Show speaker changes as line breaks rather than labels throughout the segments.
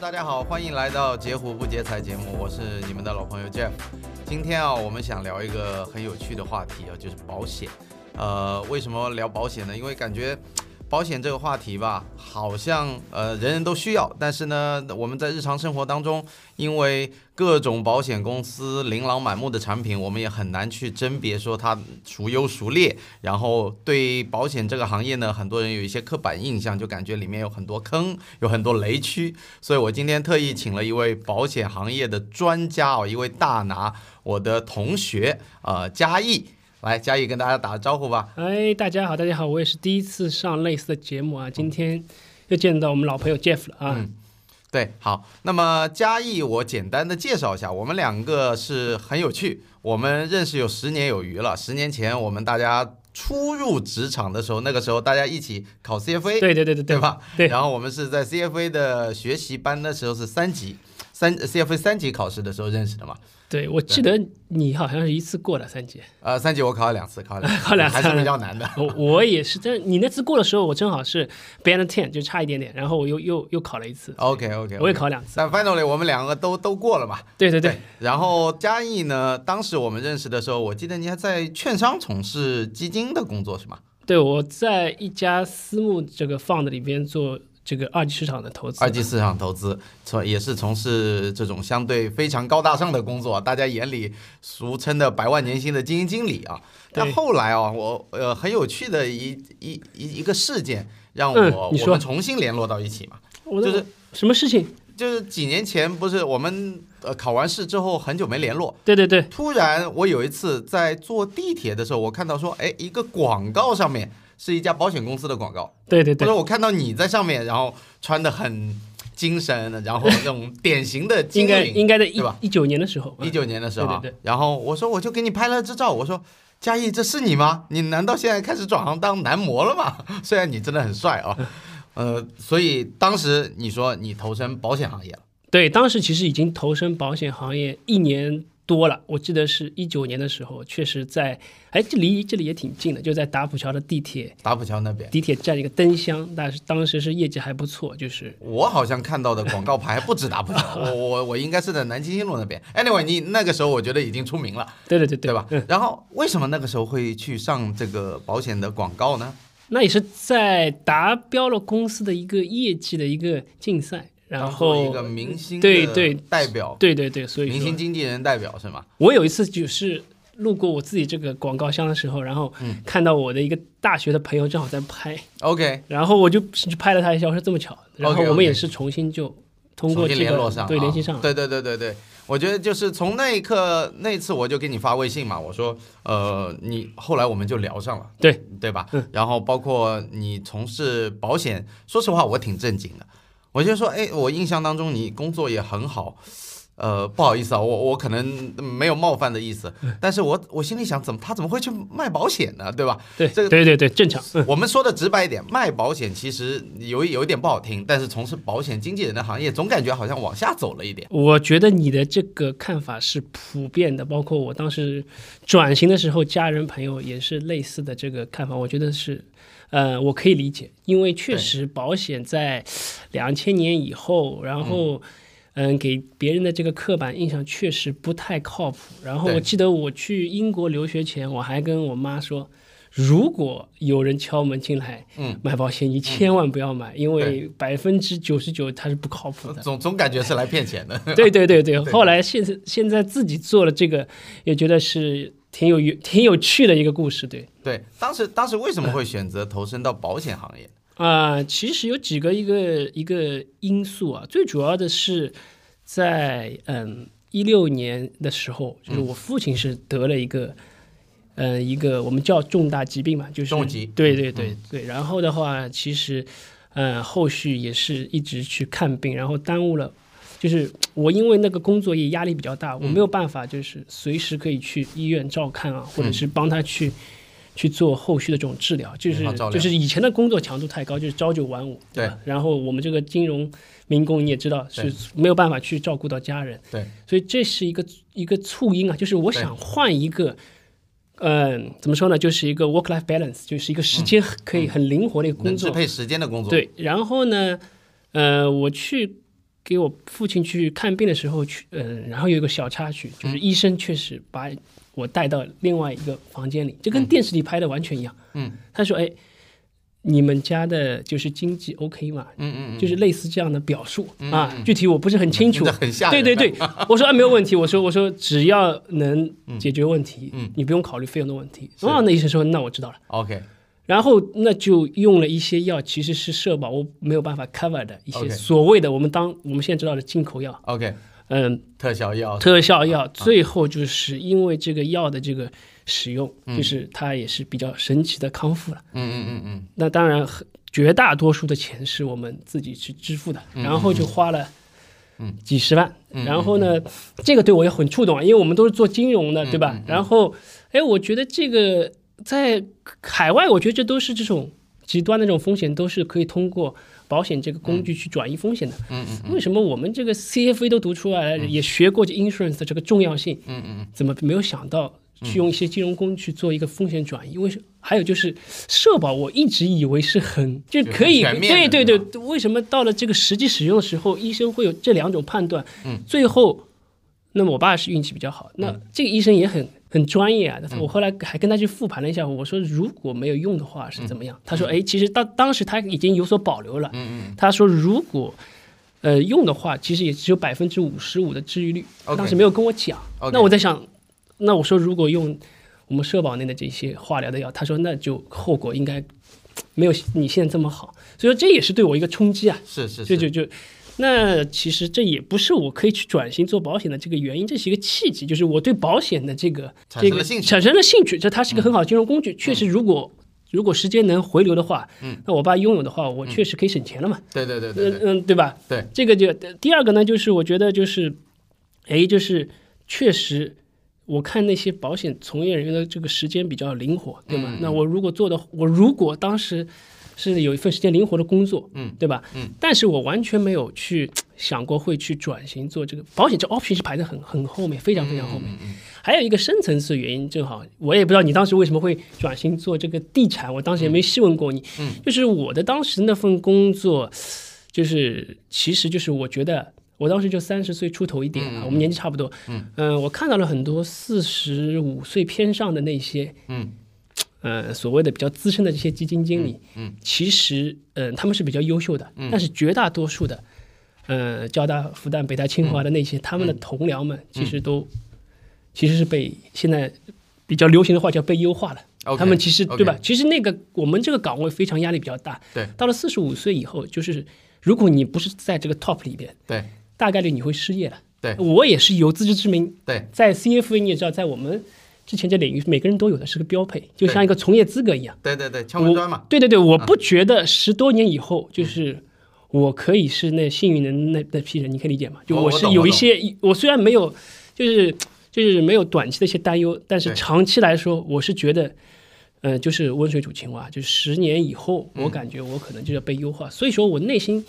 大家好，欢迎来到截胡不截财节目，我是你们的老朋友 Jeff。今天啊，我们想聊一个很有趣的话题啊，就是保险。呃，为什么聊保险呢？因为感觉保险这个话题吧，好像呃人人都需要，但是呢，我们在日常生活当中，因为各种保险公司琳琅满目的产品，我们也很难去甄别说它孰优孰劣。然后对保险这个行业呢，很多人有一些刻板印象，就感觉里面有很多坑，有很多雷区。所以我今天特意请了一位保险行业的专家哦，一位大拿，我的同学呃嘉义。来，嘉义跟大家打个招呼吧。
哎，大家好，大家好，我也是第一次上类似的节目
嗯
啊，今天又见到我们老朋友 Jeff 了啊。
对，好，那么嘉义，我简单的介绍一下，我们两个是很有趣，我们认识有十年有余了。十年前，我们大家初入职场的时候，那个时候大家一起考 CFA，
对对对对
对吧？
对
然后我们是在 CFA 的学习班，那时候是三级，三 CFA 三级考试的时候认识的嘛。
对，我记得你好像是一次过了 三级，
呃，三级我考了两次，考了两次，
考两次
还是比较难 的。
我我也是，但你那次过的时候，我正好是 band ten 就差一点点，然后我又又又考了一次，
OK OK，
我也考两次。
但 finally 我们两个都都过了嘛。
对对对，
然后嘉义呢，当时我们认识的时候，我记得你还在券商从事基金的工作是吗？
对我在一家私募这个 fund 里边做这个二级市场的投资
二，级市场投资，从也是从事这种相对非常高大上的工作，大家眼里俗称的百万年薪的基金经理啊。
对
但后来啊，我呃很有趣的一一一一个事件，让我、
嗯你
我
说
们重新联络到一起嘛。
我的
就是
什么事情？
就是几年前不是我们呃考完试之后很久没联络，
对对对，
突然，我有一次在坐地铁的时候，我看到说，哎，一个广告上面是一家保险公司的广告，
对对
或
对
者，我看到你在上面，然后穿的很精神，然后那种典型的
应
精
该
灵
应。该在一
对吧
一九年的时候，
一九年的时候啊，
对对
然后我说我就给你拍了支照，我说嘉义这是你吗？你难道现在开始转行当男模了吗？ 虽然你真的很帅啊，呃，所以当时你说你投身保险行业了，
对，当时其实已经投身保险行业一年多了，我记得是一九年的时候，确实在，哎，这离这里也挺近的，就在打浦桥的地铁
打浦桥那边，
地铁站一个灯箱，但是当时是业绩还不错，就是
我好像看到的广告牌不止打浦 桥，我我我应该是在南京西路那边。Anyway，你那个时候我觉得已经出名了，
对对对
对
对
吧？？然后为什么那个时候会去上这个保险的广告呢？
那也是在达标了公司的一个业绩的一个竞赛，然
当做
后
一个明星
对
的
对
代表，
对对对，所以
明
说
星经纪人代表是吗？
我有一次就是路过我自己这个广告箱的时候，然后
嗯
看到我的一个大学的朋友正好在拍。
OK，
然后我就去拍了他一下，我说这么巧，然后
OK，OK
我们也是重新就通过
重
这
新
个
联络上，
对
啊
联系上了，
对对对对对，我觉得就是从那一刻那次我就给你发微信嘛，我说呃，你后来我们就聊上了，
对
对吧？
嗯
然后包括你从事保险，说实话我挺震惊的，我就说哎，我印象当中你工作也很好。呃，不好意思啊，我我可能没有冒犯的意思，
嗯
但是我我心里想，怎么他怎么会去卖保险呢？对吧？
对
这个
对对对正常，嗯
我们说的直白一点，卖保险其实有有一点不好听，但是从事保险经纪人的行业，总感觉好像往下走了一点。
我觉得你的这个看法是普遍的，包括我当时转型的时候，家人朋友也是类似的这个看法，我觉得是，呃，我可以理解，因为确实保险在两千年以后，然后。嗯，给别人的这个刻板印象确实不太靠谱。然后
对
我记得我去英国留学前，我还跟我妈说，如果有人敲门进来，
嗯，
买保险你千万不要买，因为百分之九十九它是不靠谱的。
总总感觉是来骗钱 的。
对对对对，后来现在现在自己做了这个，也觉得是挺有挺有趣的一个故事，对。
对，当时当时为什么会选择投身到保险行业？
啊、其实有几个一个一个因素啊，最主要的是在嗯一六年的时候，就是我父亲是得了一个嗯、呃一个我们叫重大疾病嘛，就是
重疾
对对对对。然后的话，其实呃后续也是一直去看病，然后耽误了。就是我因为那个工作也压力比较大，
嗯
我没有办法就是随时可以去医院照看啊，
嗯
或者是帮他去去做后续的这种治疗，就是
好照料
就是以前的工作强度太高，就是朝九晚五，
对
吧？然后我们这个金融民工你也知道
对
是没有办法去照顾到家人，
对，
所以这是一个一个促因啊，就是我
对
想换一个。嗯，怎么说呢？就是一个 work-life balance，就是一个时间
嗯
可以很灵活的一个工
能
作
支。配时间的工作。
对，然后呢，呃，我去给我父亲去看病的时候去，嗯、然后有一个小插曲，
嗯
就是医生确实把我带到另外一个房间里，就跟电视里拍的完全一样。
嗯，
他说：“哎，你们家的就是经济 OK 嘛？”
嗯嗯嗯，嗯
就是类似这样的表述、啊，具体我不是很清楚
这。很嗯吓
对
人。
对对， 我说啊没有问题，我说我说只要能解决问题，
嗯嗯
你不用考虑费用的问题。啊，那医生说那我知道了，
，OK，
然后那就用了一些药，其实是社保我没有办法 cover 的一些
OK
所谓的我们当我们现在知道的进口药，
OK，
嗯，
特效药，
特效药，最后就是因为这个药的这个使用，就是它也是比较神奇的康复了。
嗯嗯嗯嗯，
那当然，很绝大多数的钱是我们自己去支付的，然后就花了。几十万，然后呢，这个对我也很触动啊，因为我们都是做金融的，对吧？然后，哎，我觉得这个在海外，我觉得这都是这种极端的这种风险，都是可以通过保险这个工具去转移风险的。
嗯
为什么我们这个 CFA 都读出来了，也学过这 insurance 的这个重要性？
嗯嗯
怎么没有想到去用一些金融工具做一个风险转移？因为是还有就是社保，我一直以为是很就
就
可以，
很全面的
对
对
对对，为什么到了这个实际使用的时候，医生会有这两种判断？嗯，最后，那么我爸是运气比较好，那这个医生也很。很专业啊！我后来还跟他去复盘了一下，我说如果没有用的话是怎么样？他说：“哎，其实当当时他已经有所保留了。他说如果呃用的话，其实也只有百分之五十五的治愈率。
OK
当时没有跟我讲
OK
那我在想，那我说如果用我们社保内的这些化疗的药，他说那就后果应该没有你现在这么好，所以说这也是对我一个冲击啊，
是是，
就是就就。那其实这也不是我可以去转型做保险的这个原因，这是一个契机，就是我对保险的这个
产
这
生
个
了兴趣嗯
产生了兴趣，这它是一个很好的金融工具。确实，如果如果时间能回流的话，
嗯
那我爸拥有的话，我确实可以省钱了嘛，
对对对对
嗯
对
嗯，对吧？
对，
这个就第二个呢，就是我觉得就是，哎，就是确实，我看那些保险从业人员的这个时间比较灵活，对
嗯
吧？那我如果做的，我如果当时是有一份时间灵活的工作，
嗯，
对吧？
嗯，
但是我完全没有去想过会去转型做这个保险，这 option 是排的很很后面，非常非常
嗯
后面。还有一个深层次原因，正好我也不知道你当时为什么会转型做这个地产，我当时也没细问过你。嗯，就是我的当时那份工作，就是其实就是我觉得我当时就三十岁出头一点啊，我们年纪差不多。嗯、我看到了很多四十五岁偏上的那些，
嗯，
呃，所谓的比较资深的这些基金经理，嗯，其实嗯、呃他们是比较优秀的，
嗯
但是绝大多数的。呃，交大、复旦、北大、清华的那些，
嗯
他们的同僚们其实都其实是被现在比较流行的话叫被优化了。
OK，
他们其实
OK
对吧？其实那个我们这个岗位非常压力比较大。
对
到了四十五岁以后，就是如果你不是在这个 top 里边，
对
大概率你会失业了。
对
我也是有自知之明，
对
在 CFA 你也知道，在我们之前这领域，每个人都有的是个标配，就像一个从业资格一样。
对对对，敲门砖嘛，啊
对对对，我不觉得十多年以后就是我可以是那幸运的那那批人，你可以理解吗？就
我我
是
懂
有
我
一
懂
些，我虽然没有，就是就是没有短期的一些担忧，但是
对
长期来说，我是觉得。嗯、就是温水煮青蛙，就十年以后，
嗯
我感觉我可能就要被优化，所以说我内心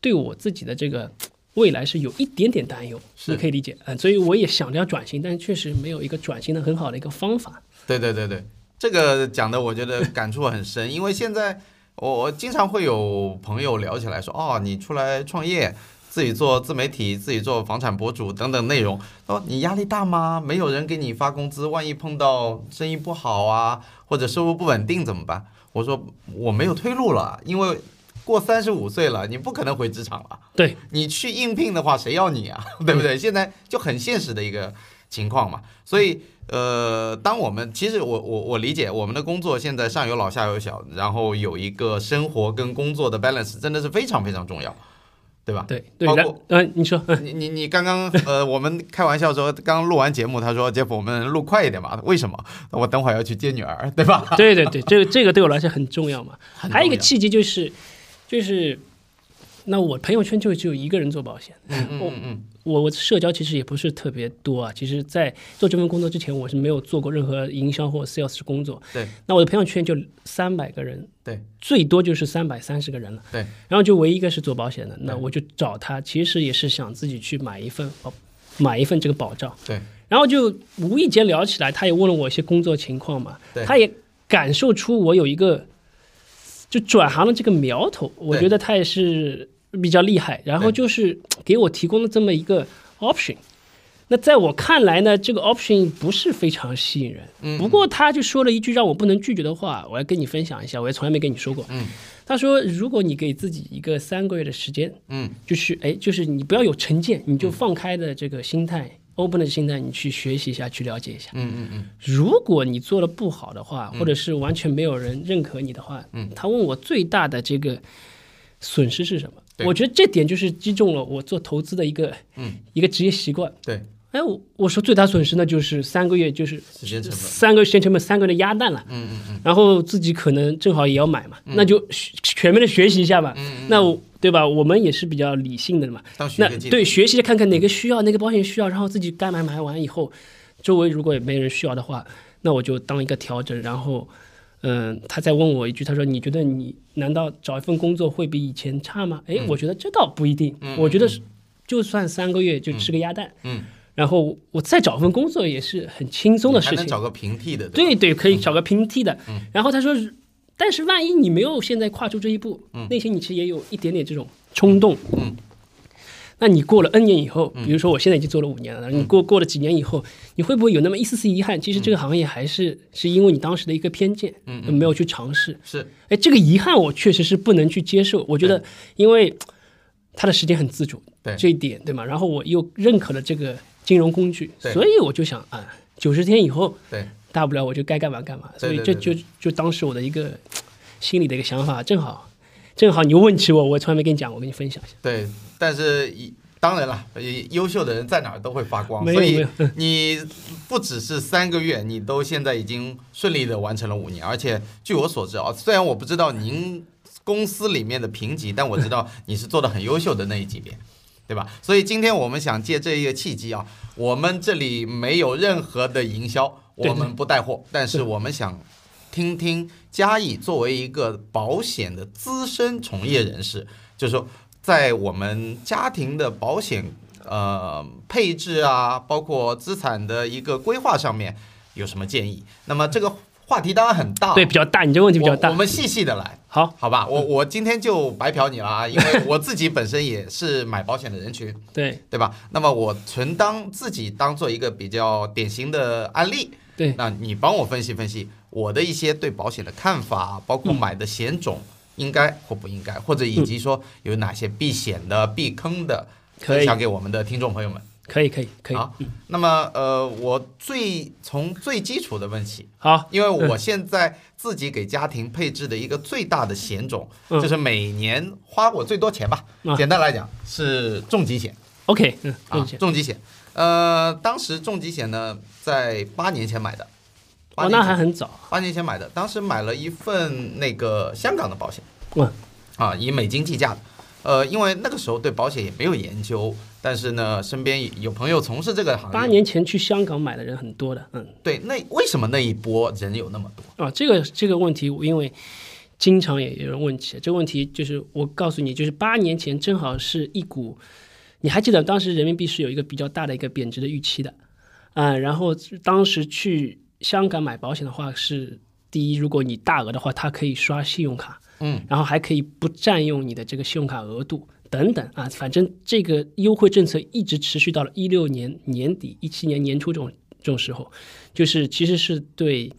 对我自己的这个未来是有一点点担忧，
是
你可以理解啊、嗯所以我也想着要转型，但是确实没有一个转型的很好的一个方法。
对对对对，这个讲的我觉得感触很深，因为现在我我经常会有朋友聊起来说，哦，你出来创业，自己做自媒体，自己做房产博主等等内容，说你压力大吗？没有人给你发工资，万一碰到生意不好啊，或者收入不稳定怎么办？我说我没有退路了，因为过三十五岁了，你不可能回职场了。
对，
你去应聘的话，谁要你啊？ 对不对？现在就很现实的一个情况嘛。所以，呃，当我们其实我我我理解我们的工作现在上有老下有小，然后有一个生活跟工作的 balance 真的是非常非常重要，对吧？
对对，
包
然
括
嗯、你说，嗯
你你你刚刚呃，我们开玩笑说，刚录完节目，他说杰夫，我们录快一点吧。为什么？我等会儿要去接女儿，对吧？
对对对，这个这个对我来说很重要嘛。
很
还有一个
重要
契机就是，就是那我朋友圈就只有一个人做保险，我
嗯嗯
我我社交其实也不是特别多啊。其实，在做这份工作之前，我是没有做过任何营销或 sales 工作。
对
那我的朋友圈就三百个人，
对
最多就是三百三十个人了。
对，
然后就唯一一个是做保险的，那我就找他，其实也是想自己去买一份保，买一份这个保障。
对
然后就无意间聊起来，他也问了我一些工作情况嘛
对，
他也感受出我有一个就转行的这个苗头。我觉得他也是比较厉害，然后就是给我提供了这么一个 option。那在我看来呢，这个 option 不是非常吸引人。
嗯
不过他就说了一句让我不能拒绝的话，我要跟你分享一下，我也从来没跟你说过。
嗯
他说，如果你给自己一个三个月的时间，
嗯
就是哎，就是你不要有成见，你就放开的这个心态、o p e n 的心态，你去学习一下，去了解一下。
嗯嗯嗯，
如果你做的不好的话，或者是完全没有人认可你的话，
嗯
他问我最大的这个损失是什么？
对
我觉得这点就是击中了我做投资的一个，
嗯
一个职业习惯。
对，
哎，我我说最大损失呢，就是三个月，就是
时间成本。
三个月时间成本，三个月的鸭蛋了。
嗯嗯嗯
然后自己可能正好也要买嘛，那就学全面的学习一下嘛。
嗯嗯，
那我对吧？我们也是比较理性的嘛。
当学
那
一个技能。
对学习看看哪个需要，哪个保险需要，然后自己该买买完以后，周围如果也没人需要的话，那我就当一个调整。然后，嗯、他再问我一句，他说：“你觉得你难道找一份工作会比以前差吗？”哎，我觉得这倒不一定。
嗯
我觉得是就算三个月就吃个鸭蛋，
嗯，
然后我再找份工作也是很轻松的
还
事
能
情。
找个平替的，吧
对对，可以找个平替的。
嗯
然后他说，但是万一你没有现在跨出这一步，内心你其实也有一点点这种冲动。
嗯，
那你过了 N 年以后，比如说我现在已经做了五年了，
嗯
你过过了几年以后，你会不会有那么一丝丝遗憾？其实这个行业还是是因为你当时的一个偏见，
嗯
没有去尝试。
是
哎，这个遗憾我确实是不能去接受。我觉得，因为他的时间很自主，
对
这一点对吗？然后我又认可了这个金融工具，
对
所以我就想啊，九十天以后，
对，
大不了我就该干嘛干嘛。所以
对
这
对
就就当时我的一个嘖心里的一个想法，正好正好你又问起我，我从来没跟你讲，我跟你分享一下。
对，但是一当然了，呃优秀的人在哪儿都会发光，
没有
所以
没有
你不只是三个月，你都现在已经顺利的完成了五年，而且据我所知啊，虽然我不知道您公司里面的评级，但我知道你是做的很优秀的那一级别。对吧？所以今天我们想借这一个契机啊，我们这里没有任何的营销，
对
我们不带货，但是我们想听听嘉义作为一个保险的资深从业人士，就是说在我们家庭的保险呃配置啊，包括资产的一个规划上面有什么建议？那么这个话题当然很大，
对，比较大，你这个问题比较
哦我
大
我。们细细的来。
好，
好吧，我我今天就白嫖你了啊，因为我自己本身也是买保险的人群，
对
对吧？那么我纯当自己当做一个比较典型的案例，
对，
那你帮我分析分析我的一些对保险的看法，包括买的险种应该或不应该，或者以及说有哪些避险的、避坑的，
可
分
以
享给我们的听众朋友们。
可以可以可以。
好，那么呃，我最从最基础的问起，
好，
因为我现在自己给家庭配置的一个最大的险种，
嗯
就是每年花我最多钱吧，
啊
简单来讲是重疾险
OK，嗯，
啊
谢谢，。
重疾险。呃，当时重疾险呢，在八年前买的，八
哦，
年
那
前
还很早。
八年前买的，当时买了一份那个香港的保险
哇，
啊，以美金计价的。呃，因为那个时候对保险也没有研究，但是呢，身边有朋友从事这个行业，
八年前去香港买的人很多的，嗯，
对，那为什么那一波人有那么多？
啊，这个这个问题，我因为经常也有人问起，这个问题就是我告诉你，就是八年前正好是一股，你还记得当时人民币是有一个比较大的一个贬值的预期的，啊、然后当时去香港买保险的话是。第一，如果你大额的话，它可以刷信用卡，
嗯，
然后还可以不占用你的这个信用卡额度等等啊，反正这个优惠政策一直持续到了一六年年底、一七年年初这种这种时候，就是其实是对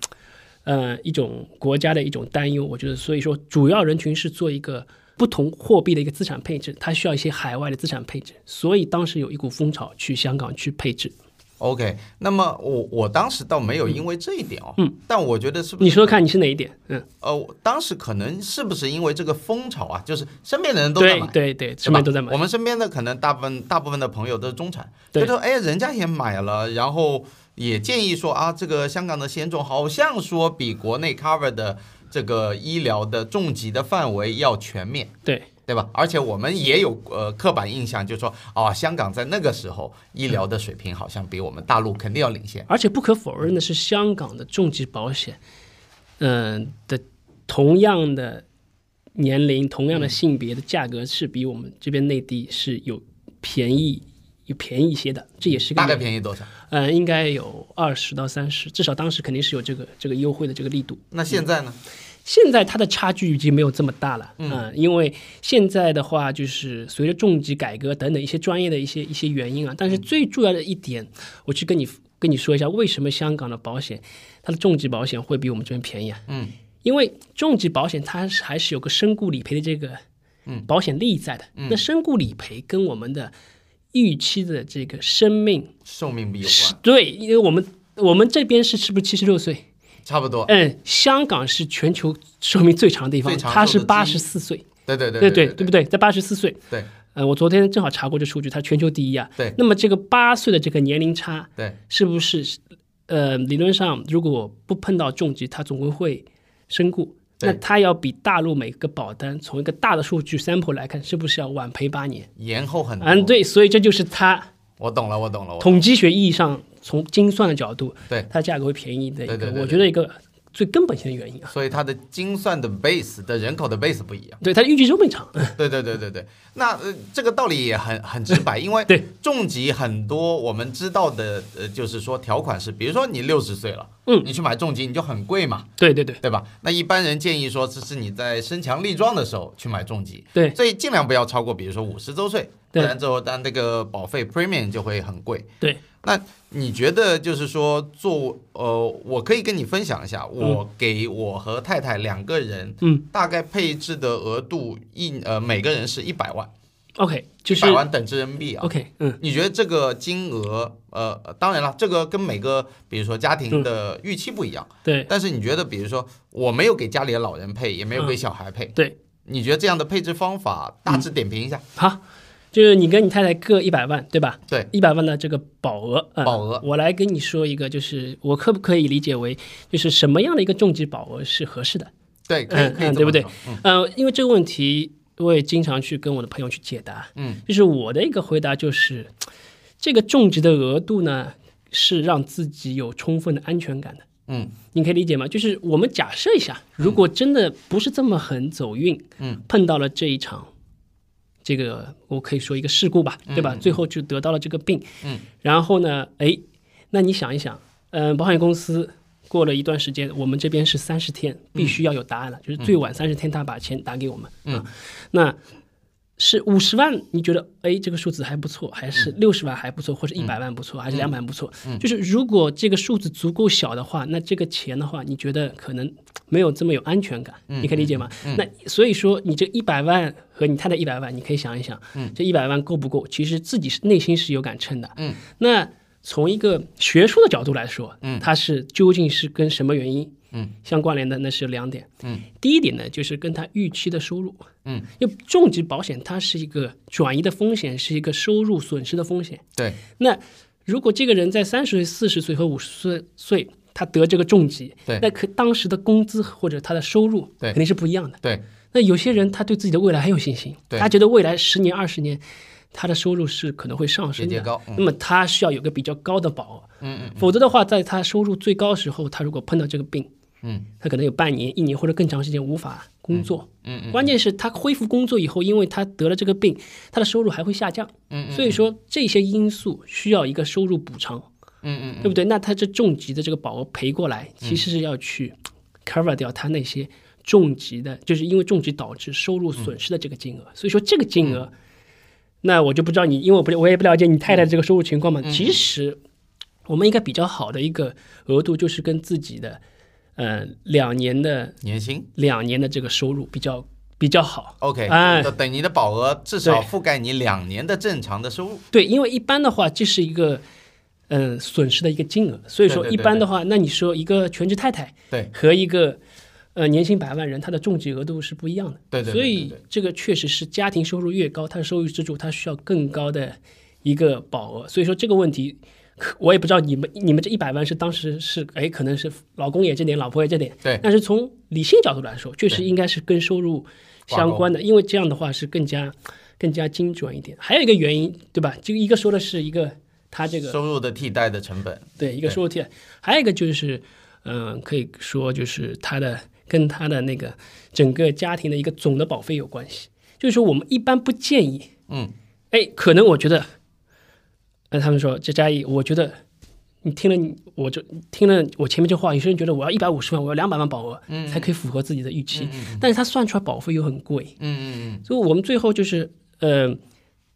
呃一种国家的一种担忧。我觉得，所以说主要人群是做一个不同货币的一个资产配置，它需要一些海外的资产配置，所以当时有一股风潮去香港去配置。
OK，那么我我当时倒没有因为这一点哦，嗯，但我觉得是不
你
是
说说看你是哪一点？嗯，
呃，我当时可能是不是因为这个风潮啊，就是身边的人都在
对
买，
对对，
是
什
吧
么都在买
我。们身边的可能大部分大部分的朋友都是中产，
对
觉得哎，人家也买了，然后也建议说啊，这个香港的险种好像说比国内 cover 的这个医疗的重疾的范围要全面。
对
对吧？而且我们也有呃刻板印象，就是说啊、香港在那个时候医疗的水平好像比我们大陆肯定要领先。
而且不可否认的是，香港的重疾保险，嗯、的同样的年龄、同样的性别的价格是比我们这边内地是有便宜、有便宜一些的，这也是个
大概
原因
便宜多少？
嗯，应该有二十到三十，至少当时肯定是有这个这个优惠的这个力度。
那现在呢？
现在它的差距已经没有这么大了，嗯、因为现在的话就是随着重疾改革等等一些专业的一些一些原因啊，但是最重要的一点，我去跟你跟你说一下，为什么香港的保险它的重疾保险会比我们这边便宜啊？
嗯，
因为重疾保险它是还是有个身故理赔的这个保险利益在的，那身故理赔跟我们的预期的这个生命
寿命比有
是
关，
对，因为我们我们这边是是不是七十六岁？
差不多。
嗯，香港是全球寿命最长的地方，
最长
它是
寿的
八
之一
十四岁，
对对对
对
对
对不对？在八十四岁，
对
呃，我昨天正好查过这数据，它全球第一啊。
对
那么这个八岁的这个年龄差，
对
是不是呃理论上如果不碰到重疾，它总归会身故？
对
那它要比大陆每个保单从一个大的数据 sample 来看，是不是要晚赔八年？
延后很多。
嗯，，对，所以这就是它
我懂了，我懂了，我
统计学意义上从精算的角度，
对。
它价格会便宜的一
对
个，
对对对
我觉得一个最根本性的原因啊。
所以它的精算的 base 的人口的 base 不 一样。
对，它预计寿命长，
对对对对对，那呃这个道理也很很直 白，因为
对
重疾很多我们知道的呃，就是说条款是，比如说你六十岁了，
嗯，
你去买重疾你就很贵嘛，
对对对
对吧？那一般人建议说，这是你在身强力壮的时候去买重疾，
对
所以尽量不要超过，比如说五十周岁，不
对
然之后但那个保费 premium 就会很贵。
对，
那你觉得就是说做呃，我可以跟你分享一下，我给我和太太两个人，
嗯，
大概配置的额度一呃，每个人是一百万，
，OK，就
一
是
百万等值人民币啊。
OK，嗯，
你觉得这个金额，呃，呃当然了，这个跟每个比如说家
嗯
庭的预期不一样，
对
但是你觉得，比如说我没有给家里的老人配，也没有给小孩配，
嗯对，嗯
你觉得这样的配置方法大致点评一下？
好，就是你跟你太太各一百万，对吧？
对，
一百万的这个保额，呃
保额
我来跟你说一个，就是我可不可以理解为，就是什么样的一个重疾保额是合适的？
对，可以，
嗯
可以这么说，
嗯对不对
嗯？
呃，因为这个问题，我也经常去跟我的朋友去解答。
嗯，
就是我的一个回答就是，这个重疾的额度呢，是让自己有充分的安全感的。
嗯，
你可以理解吗？就是我们假设一下，如果真的不是这么很走运，
嗯，
碰到了这一场，这个我可以说一个事故吧，对吧？最后就得到了这个病，
嗯，
然后呢，哎，那你想一想，嗯、保险公司过了一段时间，我们这边是三十天，必须要有答案了，就是最晚三十天他把钱打给我们，嗯，那。是五十万，你觉得哎这个数字还不错，还
嗯
是六十万还不错，或者一百万不错，还是两百万不错？就是如果这个数字足够小的话，那这个钱的话，你觉得可能没有这么有安全感，
嗯
你可以理解吗？那所以说，你这一百万和你太太一百万，你可以想一想，这一百万够不够？其实自己是内心是有杆秤的。
嗯，
那从一个学术的角度来说，嗯，它是究竟是跟什么原因？
嗯，
相关联的那是两点。
嗯，
第一点呢，就是跟他预期的收入。
嗯，
因为重疾保险它是一个转移的风险，是一个收入损失的风险。
对，
那如果这个人在三十岁、四十岁和五十岁，他得这个重疾，
对
那可当时的工资或者他的收入，
对
肯定是不一样的。
对，
那有些人他对自己的未来很有信心，
对
他觉得未来十年、二十年，他的收入是可能会上
节
升
节
的。
高，嗯
那么他需要有个比较高的保额，
嗯嗯
否则的话，在他收入最高时候，他如果碰到这个病，
嗯
他可能有半年、一年或者更长时间无法工作。
嗯嗯
关键是他恢复工作以后，因为他得了这个病，他的收入还会下降。
嗯
所以说这些因素需要一个收入补偿，
嗯嗯
对不对？那他这重疾的这个保额赔过来，其实是要去 cover 掉他那些重疾的，就是因为重疾导致收入损失的这个金额。
嗯
所以说这个金额，那我就不知道你，因为我不我也不了解你太
嗯
太这个收入情况嘛。其实我们应该比较好的一个额度就是跟自己的呃两年的
年薪
两年的这个收入比较比较好。
OK，
哎
就等你的保额至少
对
覆盖你两年的正常的收入。
对，因为一般的话，这是一个嗯、呃损失的一个金额，所以说
对对
一般的话，那你说一个全职太太
对
和一个呃年薪百万人，他的重疾额度是不一样的。
对对对
所
对
以
对
这个确实是家庭收入越高，他的收入支柱他需要更高的一个保额。所以说这个问题。可我也不知道你们你们这一百万是当时是哎，可能是老公也这点，老婆也这点，
对
但是从理性角度来说，确实
对
应该是跟收入
挂钩
相关的，因为这样的话是更加更加精准一点。还有一个原因，对吧？这个一个说的是一个他这个
收入的替代的成本，
对一个
对
收入替代，还有一个就是，嗯、可以说就是他的跟他的那个整个家庭的一个总的保费有关系。就是说，我们一般不建议，
嗯，
哎，可能我觉得，呃，他们说这嘉义，我觉得你听了你我就听了我前面这话，有些人觉得我要一百五十万，我要两百万保额、
嗯
才可以符合自己的预期，
嗯嗯
但是他算出来保费又很贵，
嗯嗯
所以我们最后就是，呃，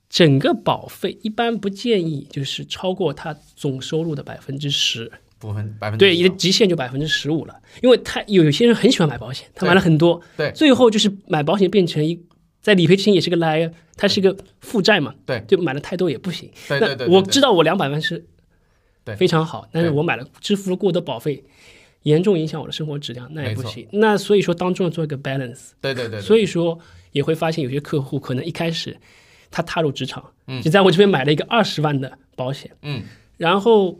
整个保费一般不建议就是超过他总收入的百分之十，
嗯，部分百分之
对，你
十
的极限就百分之十五了，因为他有有些人很喜欢买保险，他买了很多，
对
最后就是买保险变成一。在理赔之前也是个 liar，它是个负债嘛，
对
就买了太多也不行。
对对对对
那我
对
知道我两百万是
对
非常好，但是
对
我买了支付了过多的保费，严重影响我的生活质量，那也
没
不
错
行。那所以说当中要做一个 balance，
对对对，
所
以
以说也会发现有些客户可能一开始他踏入职场，就在我这边买了一个二十万的保险，
嗯
然后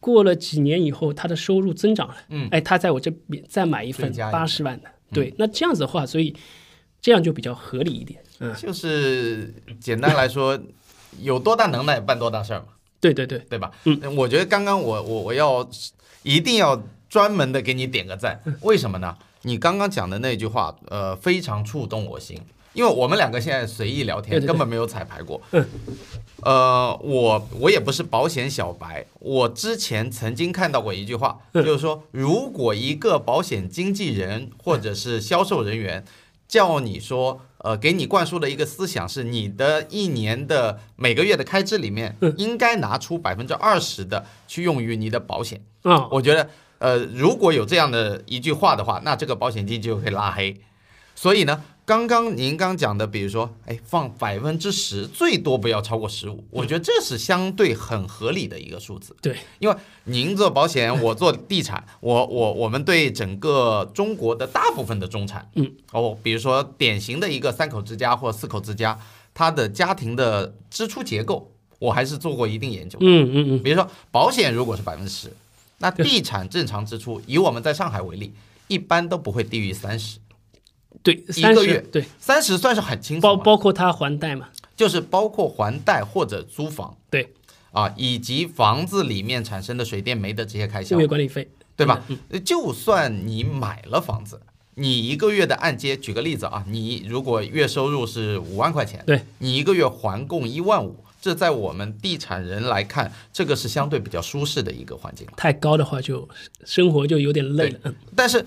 过了几年以后，他的收入增长了，
嗯，
哎，他在我这边再买一份
追加一份嗯
八十万的，对，那这样子的话，所以这样就比较合理一点，嗯，
就是简单来说，有多大能耐办多大事儿嘛，
对对对，
对吧？嗯，我觉得刚刚我我我要一定要专门的给你点个 赞，为什么呢？你刚刚讲的那句话，呃，非常触动我心，因为我们两个现在随意聊天，
对对对嗯
根本没有彩排过。呃，我我也不是保险小白，我之前曾经看到过一句话，
嗯
就是说，如果一个保险经纪人或者是销售人员叫你说，呃，给你灌输的一个思想是，你的一年的每个月的开支里面，应该拿出百分之二十的去用于你的保险。
啊、
我觉得，呃，如果有这样的一句话的话，那这个保险经纪就会拉黑。所以呢，刚刚您刚讲的，比如说，哎，放百分之十，最多不要超过十五，我觉得这是相对很合理的一个数字。
嗯对，
因为您做保险， 我做地产，我我我们对整个中国的大部分的中产，
嗯，
哦，比如说典型的一个三口之家或四口之家，他的家庭的支出结构，我还是做过一定研究的。
嗯嗯嗯，
比如说保险如果是百分之十，那
对
地产正常支出，以我们在上海为例，一般都不会低于三十，
对，
一
三
个
十
月
对，
三十算是很轻
包
松了，
包括他还贷嘛，
就是包括还贷或者租房，
对，
啊，以及房子里面产生的水电煤的这些开销
物业，管理费，
对吧？
嗯
就算你买了房子。你一个月的按揭，举个例子啊，你如果月收入是五万块钱，
对
你一个月还供一万五，这在我们地产人来看，这个是相对比较舒适的一个环境。
太高的话就生活就有点累了，嗯
但是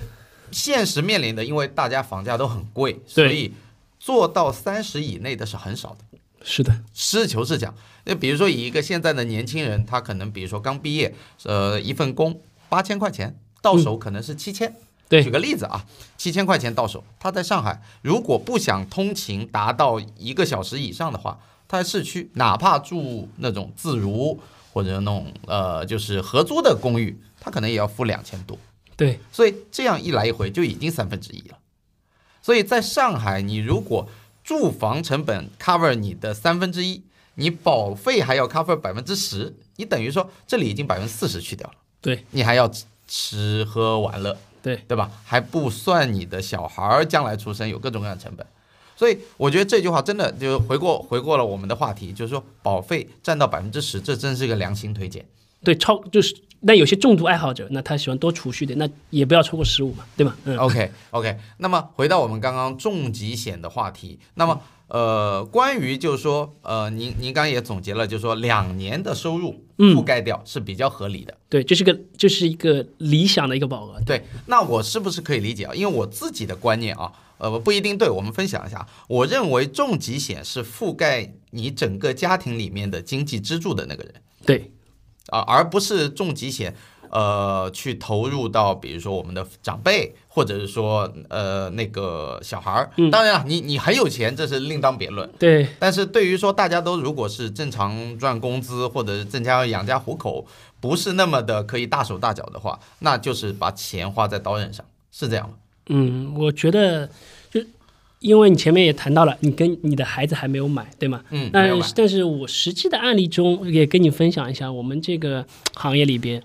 现实面临的，因为大家房价都很贵，所以做到三十以内的是很少的。
是的，
实事求是讲，那比如说以一个现在的年轻人，他可能比如说刚毕业，呃，一份工八千块钱到手可能是七千、
对
举个例子啊，七千块钱到手，他在上海如果不想通勤达到一个小时以上的话，他在市区哪怕住那种自如或者那种呃就是合租的公寓，他可能也要付两千多。
对，
所以这样一来一回就已经三分之一了。所以在上海，你如果住房成本 cover 你的三分之一，你保费还要 cover 百分之十，你等于说这里已经百分之四十去掉了。
对，
你还要吃吃喝玩乐，
对
对吧？还不算你的小孩儿将来出生有各种各样的成本。所以我觉得这句话真的就回过回过了我们的话题，就是说保费占到百分之十，这真是一个良心推荐。
对，超就是那有些重度爱好者，那他喜欢多储蓄点，那也不要超过十五嘛，对吧？ 嗯，
OK OK，那么回到我们刚刚重疾险的话题，那么呃，关于就是说呃，您您刚刚也总结了，就是说两年的收入覆盖掉是比较合理的。
对，这是个这是一个理想的一个保额，
对，那我是不是可以理解啊？因为我自己的观念啊，呃，不一定对，我们分享一下。我认为重疾险是覆盖你整个家庭里面的经济支柱的那个人。
对
啊，而不是重疾险，呃，去投入到比如说我们的长辈，或者是说呃那个小孩儿。
嗯
当然了，你你很有钱，这是另当别论。
对
但是对于说大家都如果是正常赚工资，或者是正常养家糊口，不是那么的可以大手大脚的话，那就是把钱花在刀刃上，是这样吗？
嗯，我觉得就因为你前面也谈到了，你跟你的孩子还没有买，对吗？
嗯，没有
但
吧？
但是我实际的案例中也跟你分享一下，我们这个行业里边，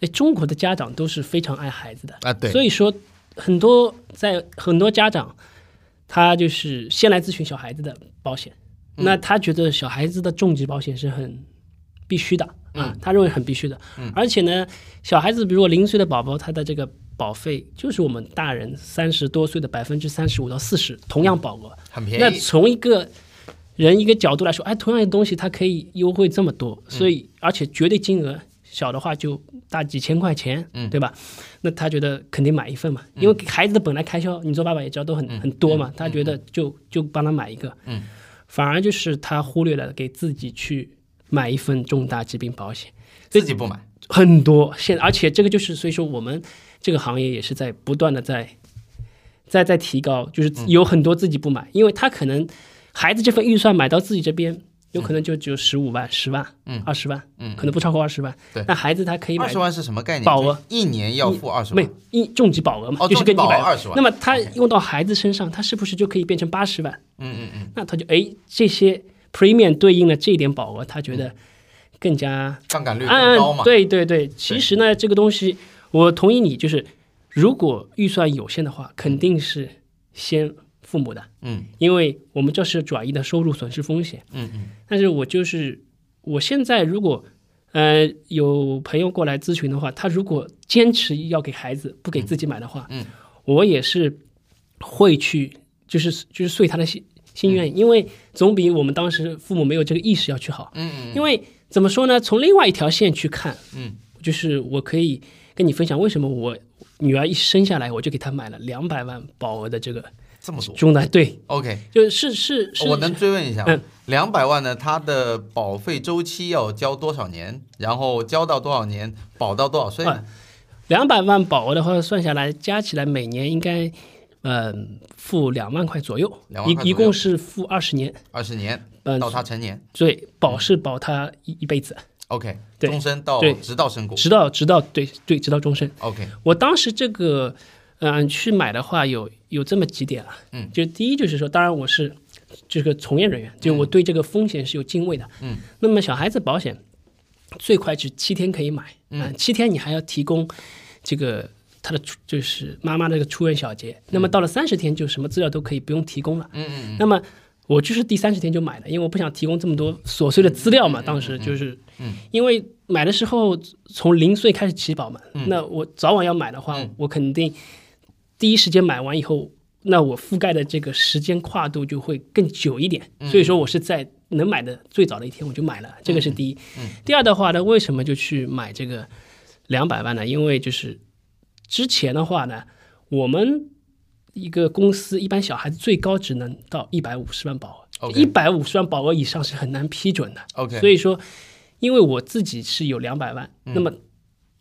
哎，中国的家长都是非常爱孩子的，
啊，对，
所以说很多在很多家长，他就是先来咨询小孩子的保险，那他觉得小孩子的重疾保险是很必须的啊，他认为很必须的，而且呢，小孩子比如说零岁的宝宝，他的这个。保费就是我们大人三十多岁的百分之三十五到四十，同样保额。
很
那
便宜。
从一个
嗯
人一个角度来说，哎，同样的东西它可以优惠这么多，所以而且绝对金额小的话就大几千块钱，
嗯
对吧？那他觉得肯定买一份嘛，因为孩子的本来开销，你做爸爸也知道都很、
嗯
很多嘛，他觉得就就帮他买一个，
嗯，
反而就是他忽略了给自己去买一份重大疾病保险，
自己不买，
很多现，而且这个就是所以说我们这个行业也是在不断的在在在提高，就是
嗯
有很多自己不买，因为他可能孩子这份预算买到自己这边。有可能就只有十五万、十万、
嗯
二十万，
嗯
可能不超过二十万。
对
那孩子他可以
二
买
十万是什么概念？
保额
就是一年要付二十
没有
万，
一重疾保额嘛，
哦
就是跟一
重疾保额
百
20万
那么他用到孩子身上，他是不是就可以变成八十万？
嗯嗯嗯，
那他就哎，这些 premium 对应了这一点保额，他觉
嗯
得更加
杠杆率
按
更高嘛，
嗯对对对，其实呢，这个东西我同意你，就是如果预算有限的话，肯定是先父母的，
嗯
因为我们这是转移的收入损失风险。
嗯嗯
但是我就是我现在如果呃有朋友过来咨询的话，他如果坚持要给孩子不给自己买的话，
嗯，
我也是会去就是就是碎他的心心愿，
嗯
因为总比我们当时父母没有这个意识要去好。
嗯嗯
因为怎么说呢，从另外一条线去看，
嗯，
就是我可以跟你分享为什么我女儿一生下来我就给她买了两百万保额的这个
这么多
重大，对，
，OK，
就是是是，
我能追问一下
嗯，
两百万呢，它的保费周期要交多少年？然后交到多少年，保到多少岁呢？
啊两百万保额的话，算下来加起来每年应该，呃，付两万块左右，
2万块左右啊
一一共是付二十年。
二十年
嗯、
到他成年
对，保是保他一一辈子，
，OK，
对
终身到
对
直到身故
直到直到对对，直到终身。
，OK，
我当时这个，嗯、去买的话有有这么几点啊，
嗯，
就第一就是说，当然我是这个从业人员，就我对这个风险是有敬畏的，
嗯，
那么小孩子保险最快是七天可以买，嗯、七天你还要提供这个。他的出就是妈妈的这个出院小结，那么到了三十天就什么资料都可以不用提供了。
嗯嗯
那么我就是第三十天就买的，因为我不想提供这么多琐碎的资料
嗯
嘛。当时就是，因为买的时候从零岁开始起保嘛，那我早晚要买的话，我肯定第一时间买完以后，那我覆盖的这个时间跨度就会更久一点。所以说我是在能买的最早的一天我就买了，这个是第一。第二的话呢，为什么就去买这个两百万呢？因为就是之前的话呢，我们一个公司一般小孩子最高只能到一百五十万保额，
OK
一百五十万保额以上是很难批准的。
，OK，
所以说，因为我自己是有两百万，那么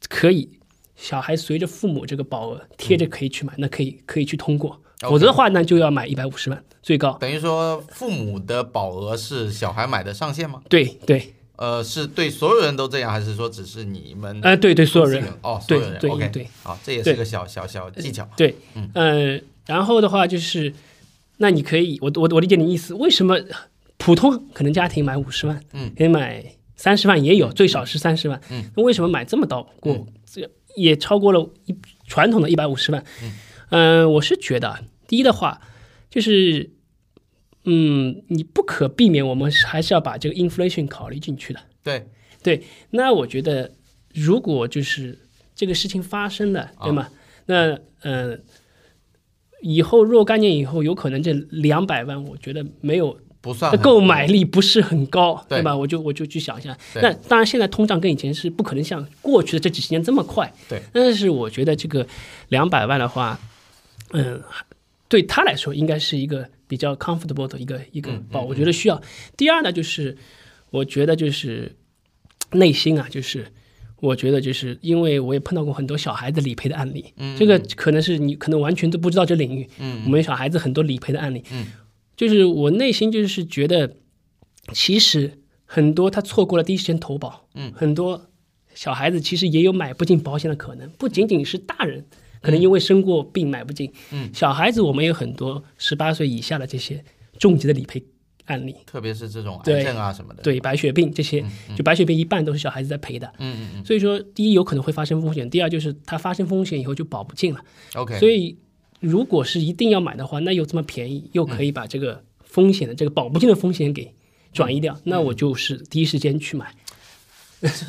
可以小孩随着父母这个保额贴着可以去买，那可以可以去通过，
OK
否则的话那就要买一百五十万最高。
等于说父母的保额是小孩买的上限吗？
对对，
呃，是对所有人都这样，还是说只是你们
呃，对对，所有人
自己哦，所
对
有人
对
OK，
对
好，这也是
对嗯
个小小小嗯技巧，
对，呃，然后的话就是，那你可以，我我我理解你意思，为什么普通可能家庭买五十万，
嗯，
可以买三十万也有，最少是三十万，
嗯，
那为什么买这么多过，这也超过了一传统的一百五十万？嗯、我是觉得啊第一的话就是。嗯，你不可避免，我们还是要把这个 inflation 考虑进去的。
对，
对，那我觉得如果就是这个事情发生了，对
啊
吗？那呃，以后若干年以后，有可能这两百万，我觉得没有
不算
的
很
购买力不是很高，
对
对吧？我就我就去想一下。
对
那当然，现在通胀跟以前是不可能像过去的这几十年这么快，
对。
但是我觉得这个两百万的话，嗯，对他来说应该是一个比较 comfortable 的一个一个
嗯
包，我觉得需要。第二呢，就是我觉得就是内心啊，就是我觉得就是因为我也碰到过很多小孩子理赔的案例，
嗯
这个可能是你可能完全都不知道这领域，
嗯
我们小孩子很多理赔的案例，
嗯
就是我内心就是觉得，其实很多他错过了第一时间投保，
嗯，
很多小孩子其实也有买不进保险的可能，不仅仅是大人。可能因为生过病买不进，
嗯，
小孩子我们有很多十八岁以下的这些重疾的理赔案例，
特别是这种癌
对
症啊什么的，，
对白血病这些，就白血病一半都是小孩子在赔的。
嗯嗯
所以说，第一有可能会发生风险，第二就是它发生风险以后就保不进了。
嗯，OK，
所以，如果是一定要买的话，那又这么便宜，又
嗯
可以把这个风险的、这个保不进的风险给转移掉，那我就是第一时间去买。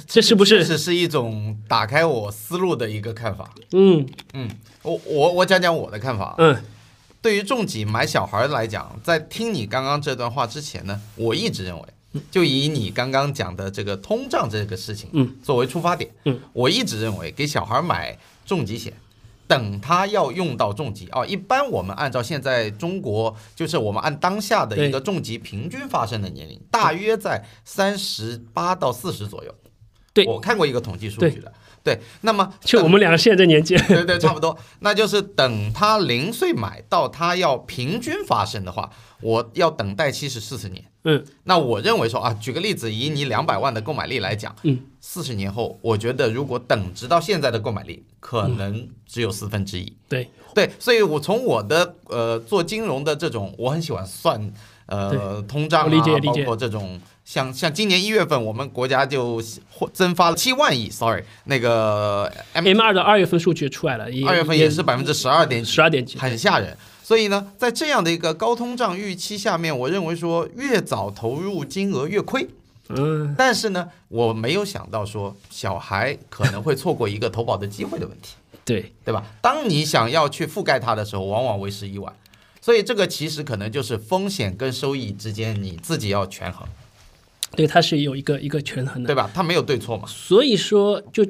这是
嗯
不
这
是？
是是一种打开我思路的一个看法。
嗯
嗯，我我我讲讲我的看法啊。
嗯
对于重疾买小孩来讲，在听你刚刚这段话之前呢，我一直认为，就以你刚刚讲的这个通胀这个事情，
嗯，
作为出发点，
嗯，
我一直认为给小孩买重疾险。等他要用到重疾啊、一般我们按照现在中国，就是我们按当下的一个重疾平均发生的年龄，大约在三十八到四十左右。
对
我看过一个统计数据的。对，那么
就我们俩现在这年纪，
对对，差不多。那就是等他零岁买到他要平均发生的话，我要等待期是四十年。
嗯，
那我认为说啊，举个例子，以你两百万的购买力来讲，
嗯，
四十年后，我觉得如果等直到现在的购买力，可能只有四分之一。
对
对，所以我从我的呃做金融的这种，我很喜欢算呃通胀啊，
我理解理
包
解
括这种像像今年一月份，我们国家就获增发了七万亿，sorry，那个 M
M 二的二月份数据出来了，也
哎二月份也是百分之十二点
十二点几，
很吓人。所以呢，在这样的一个高通胀预期下面，我认为说越早投入金额越亏。
嗯，
但是呢，我没有想到说小孩可能会错过一个投保的机会的问题，
对，
对吧？当你想要去覆盖它的时候，往往为时已晚。所以这个其实可能就是风险跟收益之间你自己要权衡，
对，它是有一个一个权衡的
对。吧？它没有对错嘛。
所以说，就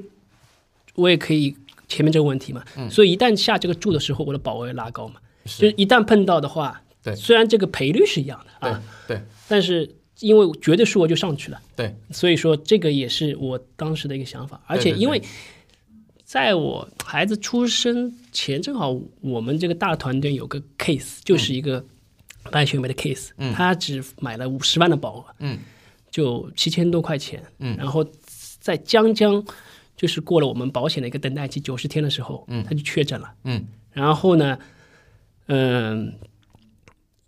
我也可以前面这个问题嘛，所以一旦下这个注的时候，我的保额拉高嘛，就是
嗯是，
一旦碰到的话，
对
虽然这个赔率是一样的
对
啊，
对
但是因为绝对数额就上去了，
对，
所以说这个也是我当时的一个想法，而且因为。在我孩子出生前，正好我们这个大团队有个
嗯
case，就是一个白雪梅的 case，、他只买了五十万的保额，
嗯，
就七千多块钱，
嗯
然后在将将就是过了我们保险的一个等待期九十天的时候，嗯，他就确诊了，
嗯
然后呢，嗯、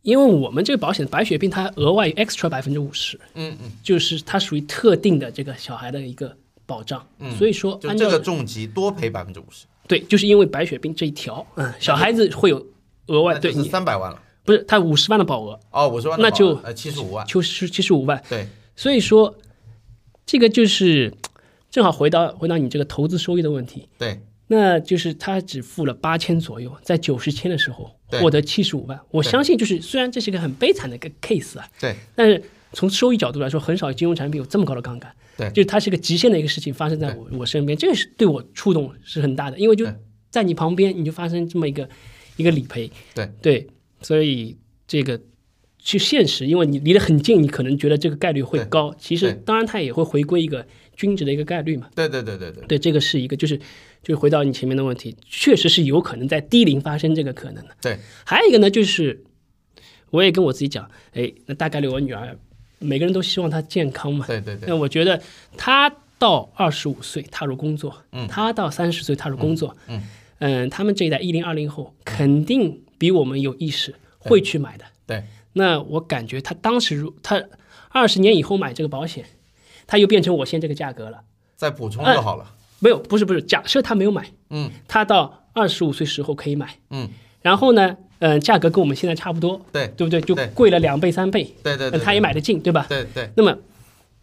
因为我们这个保险白血病它额外 extra 百分之五十，
嗯嗯，
就是它属于特定的这个小孩的一个保障，嗯、所以说
就
按
这
照
个重疾多赔百分之五十，
对，就是因为白血病这一条，嗯，小孩子会有额外
那就
对
是
你
三百万了。
不是他五十万的保额，
哦，我说
那就
呃七十五万，
就是七十五万，
对，
所以说，这个就是正好回到回到你这个投资收益的问题，
对，
那就是他只付了八千左右，在九十千的时候
对
获得七十五万。我
对
相信就是虽然这是一个很悲惨的一个 case 啊，
对，
但是从收益角度来说，很少有金融产品有这么高的杠杆。
对
就是它是个极限的一个事情发生在我我身边，这个是对我触动是很大的，因为就
对
在你旁边，你就发生这么一个一个理赔。
对
对，所以这个去现实，因为你离得很近，你可能觉得这个概率会
对
高，其实
对
当然它也会回归一个均值的一个概率嘛。
对对对对对，
对，这个是一个，就是就是回到你前面的问题，确实是有可能在低龄发生这个可能的。
对，
还有一个呢，就是我也跟我自己讲，哎，那大概率我女儿，每个人都希望她健康嘛。
对对对
那我觉得她到二十五岁踏入工作，
嗯
她到三十岁踏入工作，
嗯
嗯，他们这一代一零二零后肯定比我们有意识，会去买的。
对
那我感觉她当时如她二十年以后买这个保险，她又变成我现在这个价格了。
再补
呃
充就好了。
没有，不是不是，假设他没有买，
嗯
他到二十五岁时候可以买，
嗯，
然后呢，嗯、价格跟我们现在差不多，
对
对不对？就
对
贵了两倍三倍，
对对对，
但他也买得进，对吧？
对对
那么，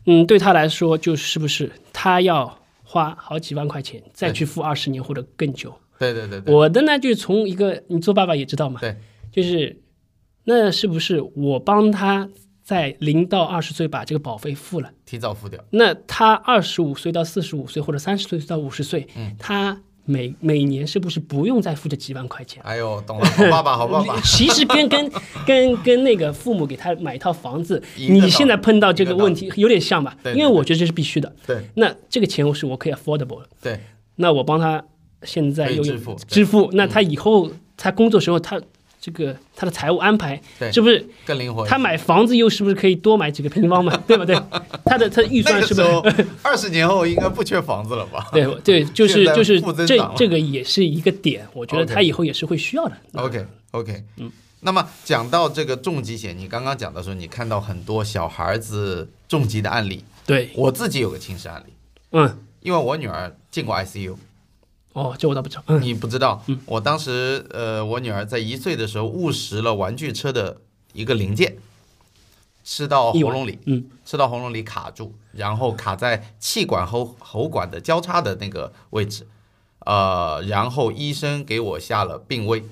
嗯，对他来说，就是不是他要花好几万块钱再去付二十年或者更久？
对对对对
我的呢，就是从一个你做爸爸也知道嘛，
对，
就是那是不是我帮他在零到二十岁把这个保费付了？
提早付掉。
那他二十五岁到四十五岁，或者三十岁到五十岁，
嗯
他每每年是不是不用再付这几万块钱？。
哎呦，懂了，好爸爸，好爸爸
其实跟跟跟跟那个父母给他买一套房子，
一个道理
你现在碰到这个问题有点像吧？
对对
因为我觉得这是必须的。
对
那这个钱我是我可以 affordable 的，
对
那我帮他现在又有
可以支付对嗯
支付，那他以后他工作时候他这个他的财务安排
对，
是不是
更灵活一些。
他买房子又是不是可以多买几个平 方嘛？对不对？他的他的预
那
算
个
是
时
不是
候，二十年后应该不缺房子了吧
对对，就是
啊现在
就是
负增
这
长了
这个也是一个点，我觉得
OK
他以后也是会需要的。
？OK OK，嗯。那么讲到这个重疾险，你刚刚讲的时候，你看到很多小孩子重疾的案例，
对，
我自己有个亲身案例，
嗯，
因为我女儿进过 ICU，
哦，这我倒不知道。 嗯，
你不知道，我当时呃，我女儿在一岁的时候误食了玩具车的一个零件，吃到喉咙里，
嗯，
吃到喉咙里卡住，然后卡在气管喉喉管的交叉的那个位置，呃，然后医生给我下了病危。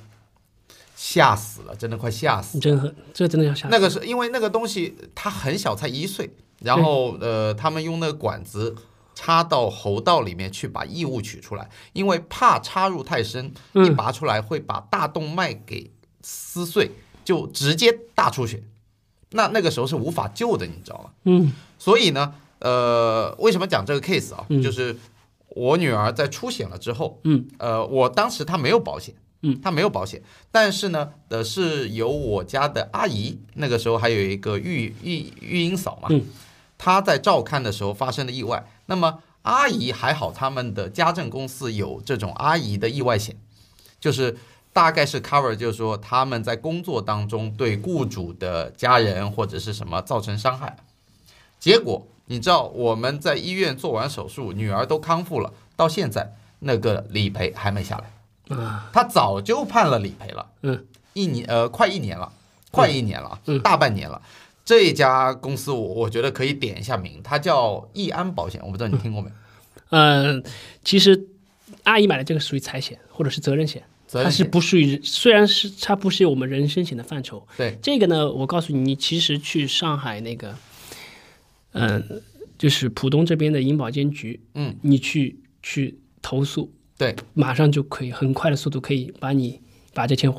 吓死了，真的快吓死了。
真很，这真的要吓死。
那个是因为那个东西它很小，才一岁，然后呃，他们用那个管子插到喉道里面去把异物取出来，因为怕插入太深，一
嗯
拔出来会把大动脉给撕碎，就直接大出血。那那个时候是无法救的，你知道吗？
嗯
所以呢，呃，为什么讲这个 case 啊？就是我女儿在出险了之后，
嗯，
呃，我当时她没有保险，
嗯，
她没有保险，但是呢，呃，是由我家的阿姨，那个时候还有一个育育育婴嫂嘛，
嗯
她在照看的时候发生的意外。那么阿姨还好，他们的家政公司有这种阿姨的意外险，就是。大概是 cover，就是说他们在工作当中对雇主的家人或者是什么造成伤害，结果你知道我们在医院做完手术，女儿都康复了，到现在那个理赔还没下来，
啊，
他早就判了理赔了，
嗯，
一年呃快一年了，快一年了，
嗯
大半年了。这家公司我我觉得可以点一下名，它叫易安保险，我不知道你听过
嗯
没？
呃，其实阿姨买的这个属于财险或者是责任险，
责任
它是
险
不属于人，虽然是它不是我们人身险的范畴。
对
这个呢，我告诉你，你其实去上海那个，嗯、就是浦东这边的银保监局，
嗯，
你去去投诉，
对，
马上就可以很快的速度可以把你把这钱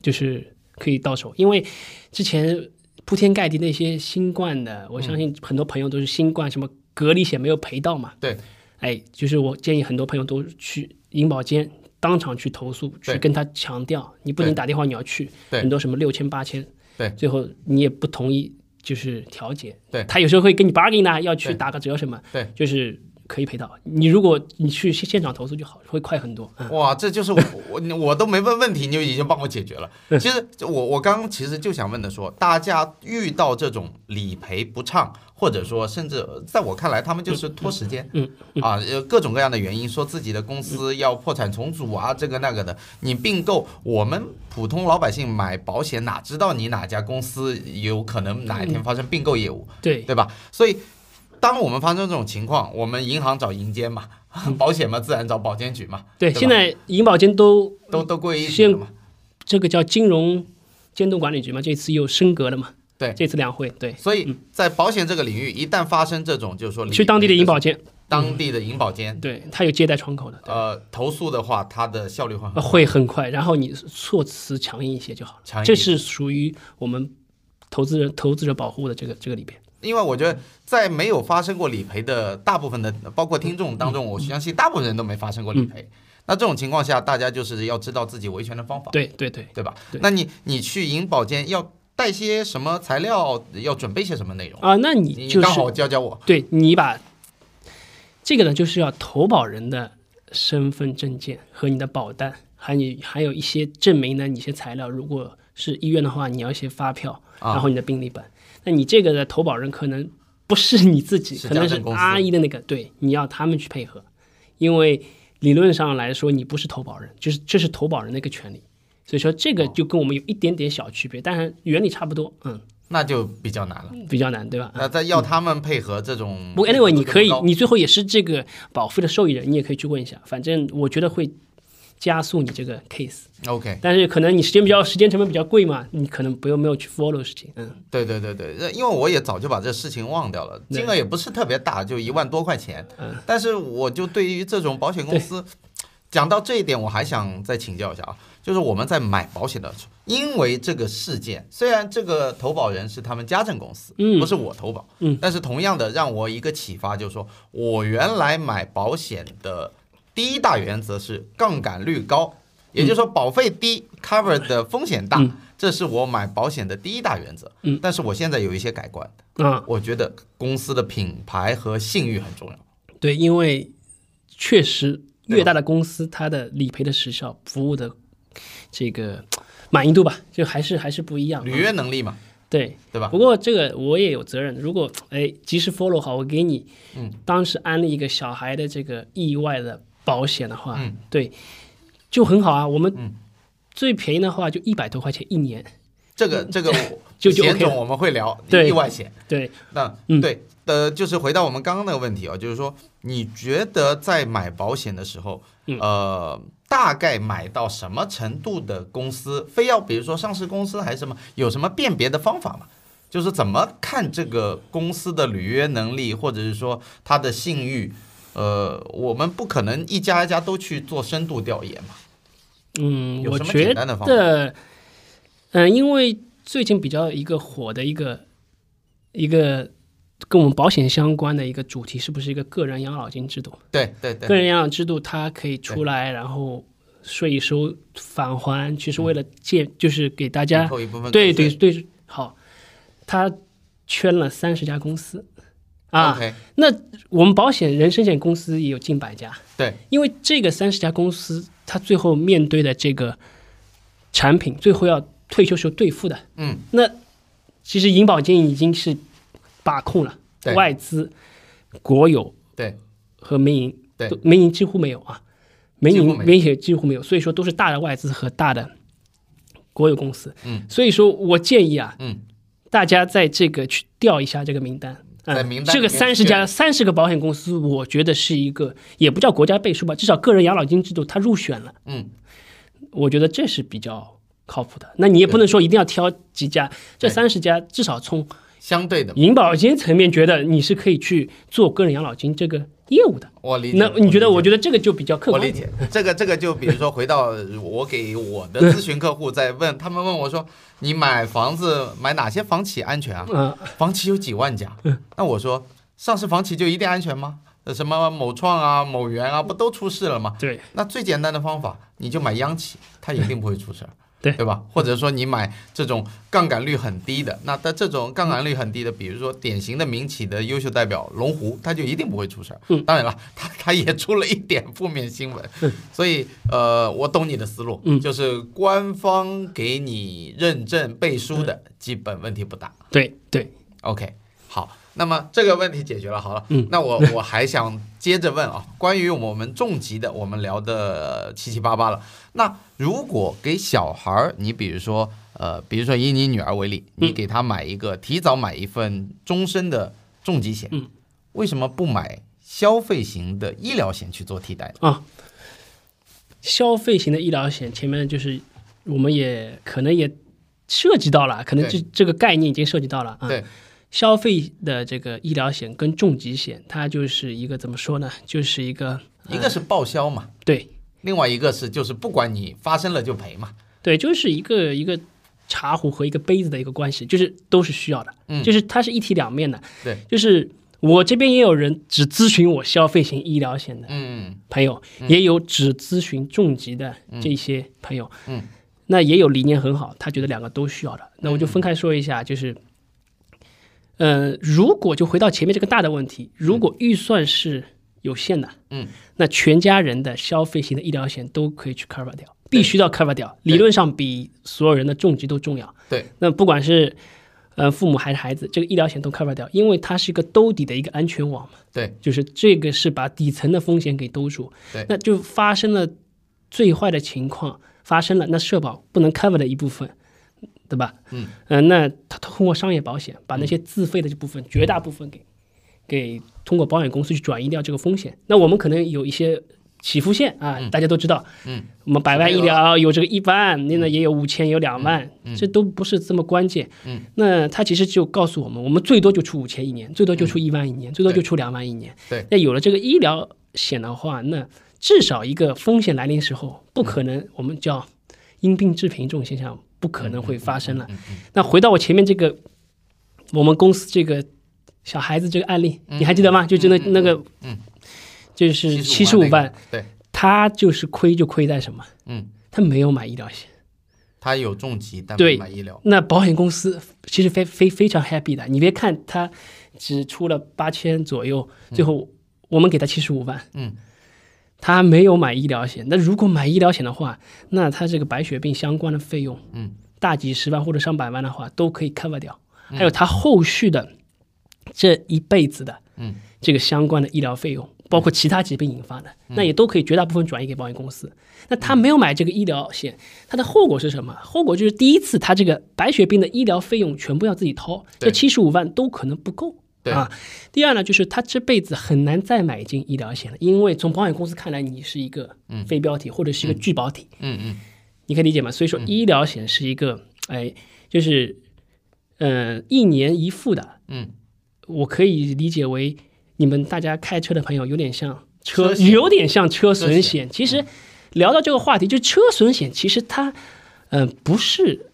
就是可以到手，因为之前铺天盖地那些新冠的，我相信很多朋友都是新冠什么隔离险没有赔到嘛，
对，
哎，就是我建议很多朋友都去银保监当场去投诉，
对
去跟他强调，你不仅
对
打电话，你要去，
对
很多什么六千八千，
对
最后你也不同意就是调解，
对
他有时候会跟你 bargain 啊，要去
对
打个折什么，
对，
就是可以赔到。你如果你去现现场投诉就好，会快很多。嗯
哇，这就是我我你我都没问问题，你就已经帮我解决了。其实我我刚刚其实就想问的说，大家遇到这种理赔不畅，或者说甚至在我看来，他们就是拖时间，
嗯
啊，呃各种各样的原因，说自己的公司要破产重组啊，这个那个的。你并购，我们普通老百姓买保险，哪知道你哪家公司有可能哪一天发生并购业务？
对，
对吧？所以，当我们发生这种情况，我们银行找银监嘛， 保险嘛，自然找保监局嘛，
对，
对吧
现在银保监都
都都归一体
先嗯
了嘛。
这个叫金融监督管理局嘛，这次又升格了嘛，
对
这次两会，对，
所以在保险这个领域，一旦发生这种，就是说
去当地的银保监，
当地的银保监，
对，它有接待窗口的，
呃，投诉的话，它的效率会很
呃会很快，然后你措辞强硬一些就好
强
了，
硬
这是属于我们投资人投资者保护的这个这个里边，
因为我觉得在没有发生过理赔的大部分的，包括听众当中，
嗯
我相信大部分人都没发生过理赔。那这种情况下，大家就是要知道自己维权的方法，
对对对，
对吧？
对
那你你去银保监要带些什么材料，要准备些什么内容？
啊，那你
你
就
刚
是
好教教我。
对你把这个呢，就是要投保人的身份证件和你的保单，还你还有一些证明呢，你一些材料，如果是医院的话，你要一些发票，
啊
然后你的病历本。那你这个的投保人可能不是你自己，
是
可能
家
是
政公司
阿姨的那个，对，你要他们去配合，因为理论上来说，你不是投保人，就是这是投保人的一个权利。所以说这
哦
个就跟我们有一点点小区别，但是原理差不多，嗯，
那就比较难了。
比较难，对吧？
那再要他们配合这种，
不过 anyway，你可以
高，
你最后也是这个保费的受益人，你也可以去问一下，反正我觉得会加速你这个 case，
OK，
但是可能你时间比较时间成本比较贵嘛，你可能不用没有去 follow 的事情，嗯，
对对对对，呃因为我也早就把这事情忘掉了，
对嗯
金额也不是特别大，就一万多块钱。但是我就对于这种保险公司，讲到这一点，我还想再请教一下啊，就是我们在买保险的时候，因为这个事件，虽然这个投保人是他们家政公司，
嗯
不是我投保，
嗯，
但是同样的让我一个启发，就是说我原来买保险的第一大原则是杠杆率高，也就是说
嗯
保费低，cover 的风险大，这是我买保险的第一大原则。
嗯，
但是我现在有一些改观，
啊，
我觉得公司的品牌和信誉很重要。
对，因为确实
对吧
越大的公司，它的理赔的时效、服务的这个满意度吧，就还是还是不一样，啊
履约能力嘛，
对，
对吧？
不过这个我也有责任，如果哎及时 follow 好，我给你，
嗯，
当时安利一个小孩的这个意外的保险的话，
嗯，
对，就很好啊。我们
嗯
最便宜的话就一百多块钱一年，
这个这个我
就就
险
OK 了
种我们会聊
对
意外险。
对，
那
嗯
对呃，就是回到我们刚刚那个问题啊，就是说，你觉得在买保险的时候，
嗯
呃，大概买到什么程度的公司，非要比如说上市公司还是什么，有什么辨别的方法吗？就是怎么看这个公司的履约能力，或者是说它的信誉？呃，我们不可能一家一家都去做深度调研嘛。
嗯，
有
我
什么
觉
简单的方法
得，嗯，因为最近比较一个火的一个一个跟我们保险相关的一个主题，是不是一个个人养老金制度？
对对
个
对，
人养老制度它可以出来，然后税收返还，其实为了
嗯
借，就是给大家
扣一部分
对
口
对
水
对，好，它圈了三十家公司啊。
，OK，
那我们保险人身险公司也有近百家，
对
因为这个三十家公司，它最后面对的这个产品，最后要退休时候兑付的，
嗯，
那其实银保监已经是把控了
对
外资、国有
对
和民营，
对
都，民营几乎没有啊，民
几乎
营
没有
民营几乎没有，所以说都是大的外资和大的国有公司，
嗯，
所以说我建议啊，
嗯，
大家在这个去调一下这个名单。啊
在名单
这个
里面
三十家、三十个保险公司，我觉得是一个也不叫国家背书吧，至少个人养老金制度它入选了，
嗯，
我觉得这是比较靠谱的。那你也不能说一定要挑几家，这
对
三十家至少从
相对的，
银保监层面觉得你是可以去做个人养老金这个业务的。
我理解。
那你觉得？
我
我
理解
觉得这个就比较客
我
观
理
一点。
解这个，这个就比如说回到我给我的咨询客户在问，他们问我说：“你买房子买哪些房企安全啊？
嗯，
房企有几万家。”那我说：“上市房企就一定安全吗？呃什么某创啊、某元啊，不都出事了吗？”
对，，
那最简单的方法，你就买央企，它一定不会出事儿
对
对吧？或者说你买这种杠杆率很低的，那它这种杠杆率很低的，比如说典型的民企的优秀代表龙湖，它就一定不会出事儿。
嗯
当然了，它它也出了一点负面新闻，所以呃，我懂你的思路，
嗯
就是官方给你认证背书的，基本问题不大。
对对，
OK，好，那么这个问题解决了，好了，
嗯
那我我还想接着问啊， 关于我们重疾的，我们聊的七七八八了。那如果给小孩儿，你比如说，呃，比如说以你女儿为例，
嗯
你给她买一个，提早买一份终身的重疾险，
嗯
为什么不买消费型的医疗险去做替代呢？
啊，消费型的医疗险前面就是我们也可能也涉及到了，可能这这个概念已经涉及到了啊。
对，
消费的这个医疗险跟重疾险，它就是一个怎么说呢？就是一个啊
一个是报销嘛，
对
另外一个是就是不管你发生了就赔嘛。
对，就是一个一个茶壶和一个杯子的一个关系，就是都是需要的，
嗯
就是它是一体两面的。
对，
就是我这边也有人只咨询我消费型医疗险的，
嗯，
朋友，也有只咨询重疾的这些朋友，
嗯，
那也有理念很好，他觉得两个都需要的。那我就分开说一下，就是，呃，如果就回到前面这个大的问题，如果预算是有限的，
嗯，
那全家人的消费型的医疗险都可以去 cover 掉，必须要 cover 掉，理论上比所有人的重疾都重要。
对，
那不管是呃父母还是孩子，这个医疗险都 cover 掉，因为它是一个兜底的一个安全网嘛。
对，
就是这个是把底层的风险给兜住。
对
那就发生了最坏的情况发生了，那社保不能 cover 的一部分，对吧？
嗯，
呃，那他通过商业保险把那些自费的这部分、绝大部分给给通过保险公司去转移掉这个风险。那我们可能有一些。起付线啊，大家都知道，
嗯，
我们百万医疗有这个一万，那呢也有五千，有两万，这都不是这么关键，
嗯，
那他其实就告诉我们，我们最多就出五千一年，最多就出一万一年，最多就
嗯对
出两万一年，
对，
那有了这个医疗险的话，那至少一个风险来临时候，
嗯
不可能我们叫因病致贫这种现象不可能会发生
嗯
了。那回到我前面这个，我们公司这个小孩子这个案例，你还记得吗？就真的那个，
嗯，
就是七十五
75
万，，
对，
他就是亏就亏在什么？
嗯。
他没有买医疗险。
他有重疾，但
对
不买医疗。
那保险公司其实非非非常 happy 的，你别看他只出了八千左右，最后我们给他七十五万，
嗯，
他没有买医疗险。那如果买医疗险的话，那他这个白血病相关的费用，
嗯，
大几十万或者上百万的话，都可以 cover 掉。还有他后续的这一辈子的，
嗯，
这个相关的医疗费用，包括其他疾病引发的，
嗯
那也都可以绝大部分转移给保险公司。那他没有买这个医疗险，它的后果是什么？后果就是第一次他这个白血病的医疗费用全部要自己掏，这
对
七十五万都可能不够。
对
啊，第二呢，就是他这辈子很难再买进医疗险了，因为从保险公司看来，你是一个非标体或者是一个拒保体，
嗯嗯，
你可以理解吗？所以说，医疗险是一个，哎，就是，呃，一年一付的，
嗯，
我可以理解为你们大家开车的朋友有点像车，
车险
有点像车损险。
车险嗯
其实聊到这个话题，就车损险，其实它，嗯、不是，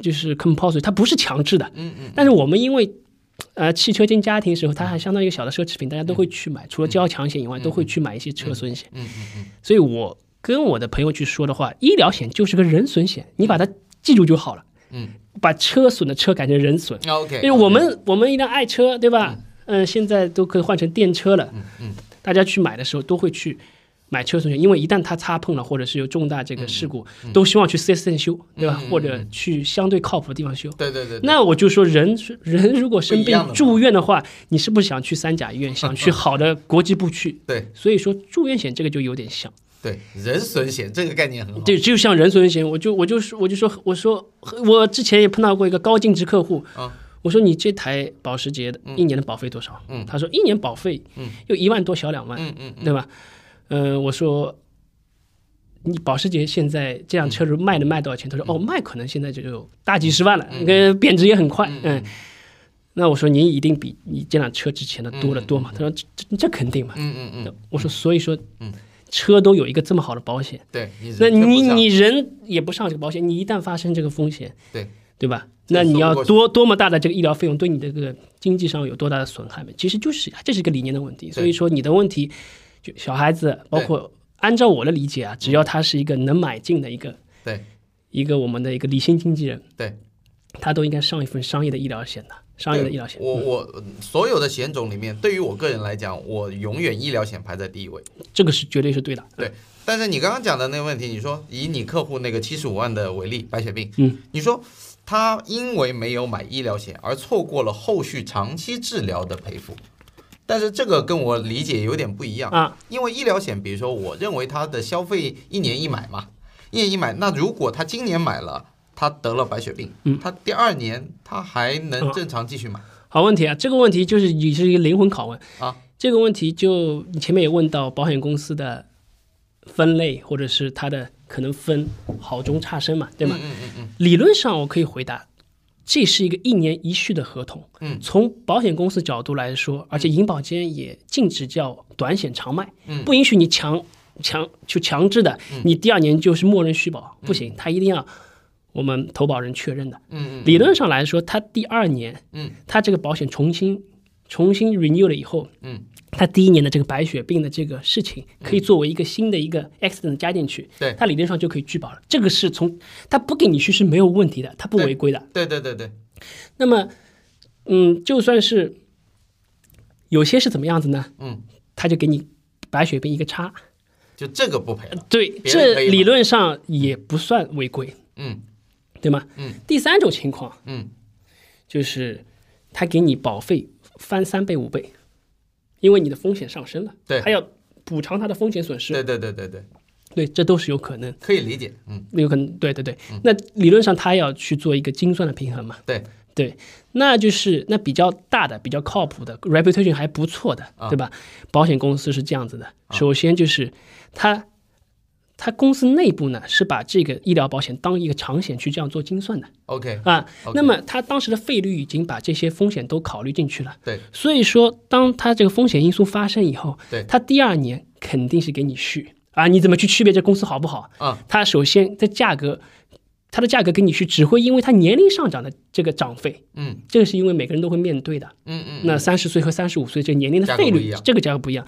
就是 compulsory，它不是强制的，
嗯嗯，
但是我们因为。呃，汽车进家庭的时候，它还相当于一个小的奢侈品，大家都会去买。除了交强险以外，都会去买一些车损险。
嗯嗯嗯，
所以我跟我的朋友去说的话，医疗险就是个人损险，你把它记住就好了。
嗯，
把车损的车改成人损，
那嗯 OK，
因为我们我们一辆爱车，对吧？嗯、现在都可以换成电车了。嗯
嗯
大家去买的时候都会去买车损险，因为一旦它擦碰了或者是有重大这个事故，都希望去 4S 店修，对吧？
嗯嗯嗯嗯
或者去相对靠谱的地方修。
对对对，对
那我就说人，人如果生
不一样的
病
嘛
住院的话，你是不是想去三甲医 院，想去好的国际部去？
对
所以说住院险这个就有点像。
对，人损险这个概念很好，
对，就像人损险，我就我就说我就说我说我之前也碰到过一个高净值客户，
啊
我说你这台保时捷的一年的保费多少？
嗯
他说一年保费就一万多小两万，
嗯嗯嗯，
对吧？嗯、我说你保时捷现在这辆
嗯
车如卖能卖多少钱？他说哦，卖可能现在就有大几十万了，
嗯
那个贬值也很快，嗯。那我说您一定比你这辆车值钱的多得多嘛？他说这这这肯定嘛。
嗯嗯嗯，
我说所以说，车都有一个这么好的保险，
对，你人
那
跟不
你
上
你人也不上这个保险，你一旦发生这个风险，
对
对吧？
这
那
个
你
说不
要
过去
多多么大的这个医疗费用对你这个经济上有多大的损害嘛？其实就是啊这是一个理念的问题。所以说你的问题，就小孩子，包括按照我的理解啊，只要他是一个能买进的一个
对
一个我们的一个理性经纪人，
对
他都应该上一份商业的医疗险的，商业的医疗险嗯
对。我我所有的险种里面，对于我个人来讲，我永远医疗险排在第一位。
这个是绝对是对的。
对，但是你刚刚讲的那个问题，你说以你客户那个七十五万的为例，白血病，
嗯，
你说他因为没有买医疗险而错过了后续长期治疗的赔付，但是这个跟我理解有点不一样
啊，
因为医疗险，比如说我认为他的消费一年一买嘛，一年一买，那如果他今年买了。他得了白血病，
嗯
他第二年他还能正常继续买，
好问题啊，这个问题就是你是一个灵魂拷问
啊。
这个问题就你前面也问到保险公司的分类，或者是它的可能分好中差生嘛，对吗？
嗯嗯嗯
理论上我可以回答，这是一个一年一续的合同。
嗯，
从保险公司角度来说，而且银保监也禁止叫短险长卖，
嗯
不允许你强强就强制的，你第二年就是默认续保，
嗯
不行，它一定要我们投保人确认的。
嗯嗯
理论上来说，它第二年，
嗯，
它这个保险重新重新 renew 了以后，
嗯，
它第一年的这个白血病的这个事情，可以作为一个新的一个 accident 加进去，
对
它理论上就可以拒保了。这个是从它不给你续是没有问题的，它不
对
违规的。
嗯，对对对对，
那么，嗯，就算是有些是怎么样子呢？
嗯，
它就给你白血病一个叉，
就这个不赔了，
对，
别人可
这
以吗
理论上也不算违规，
嗯
对吗？
嗯，
第三种情况。
嗯，
就是他给你保费翻三倍五倍，因为你的风险上升了，
对
还要补偿他的风险损失，
对对对对对，
对，这都是有可能，
可以理解，嗯，
有可能，对对对。那理论上他要去做一个精算的平衡嘛，
对，
对，那就是那比较大的、比较靠谱的、reputation 还不错的，
啊
对吧？保险公司是这样子的，首先就是它它公司内部呢是把这个医疗保险当一个长险去这样做精算的
OK，
啊。
OK
那么它当时的费率已经把这些风险都考虑进去了，
对
所以说当它这个风险因素发生以后，
对
它第二年肯定是给你续啊。你怎么去区别这公司好不好？
啊，
它首先在价格，它的价格给你去，只会因为它年龄上涨的这个涨费，
嗯
这个是因为每个人都会面对的。
嗯嗯，
那三十岁和三十五岁这个年龄的
价格
费
不一
率
样，
这个价格不一样。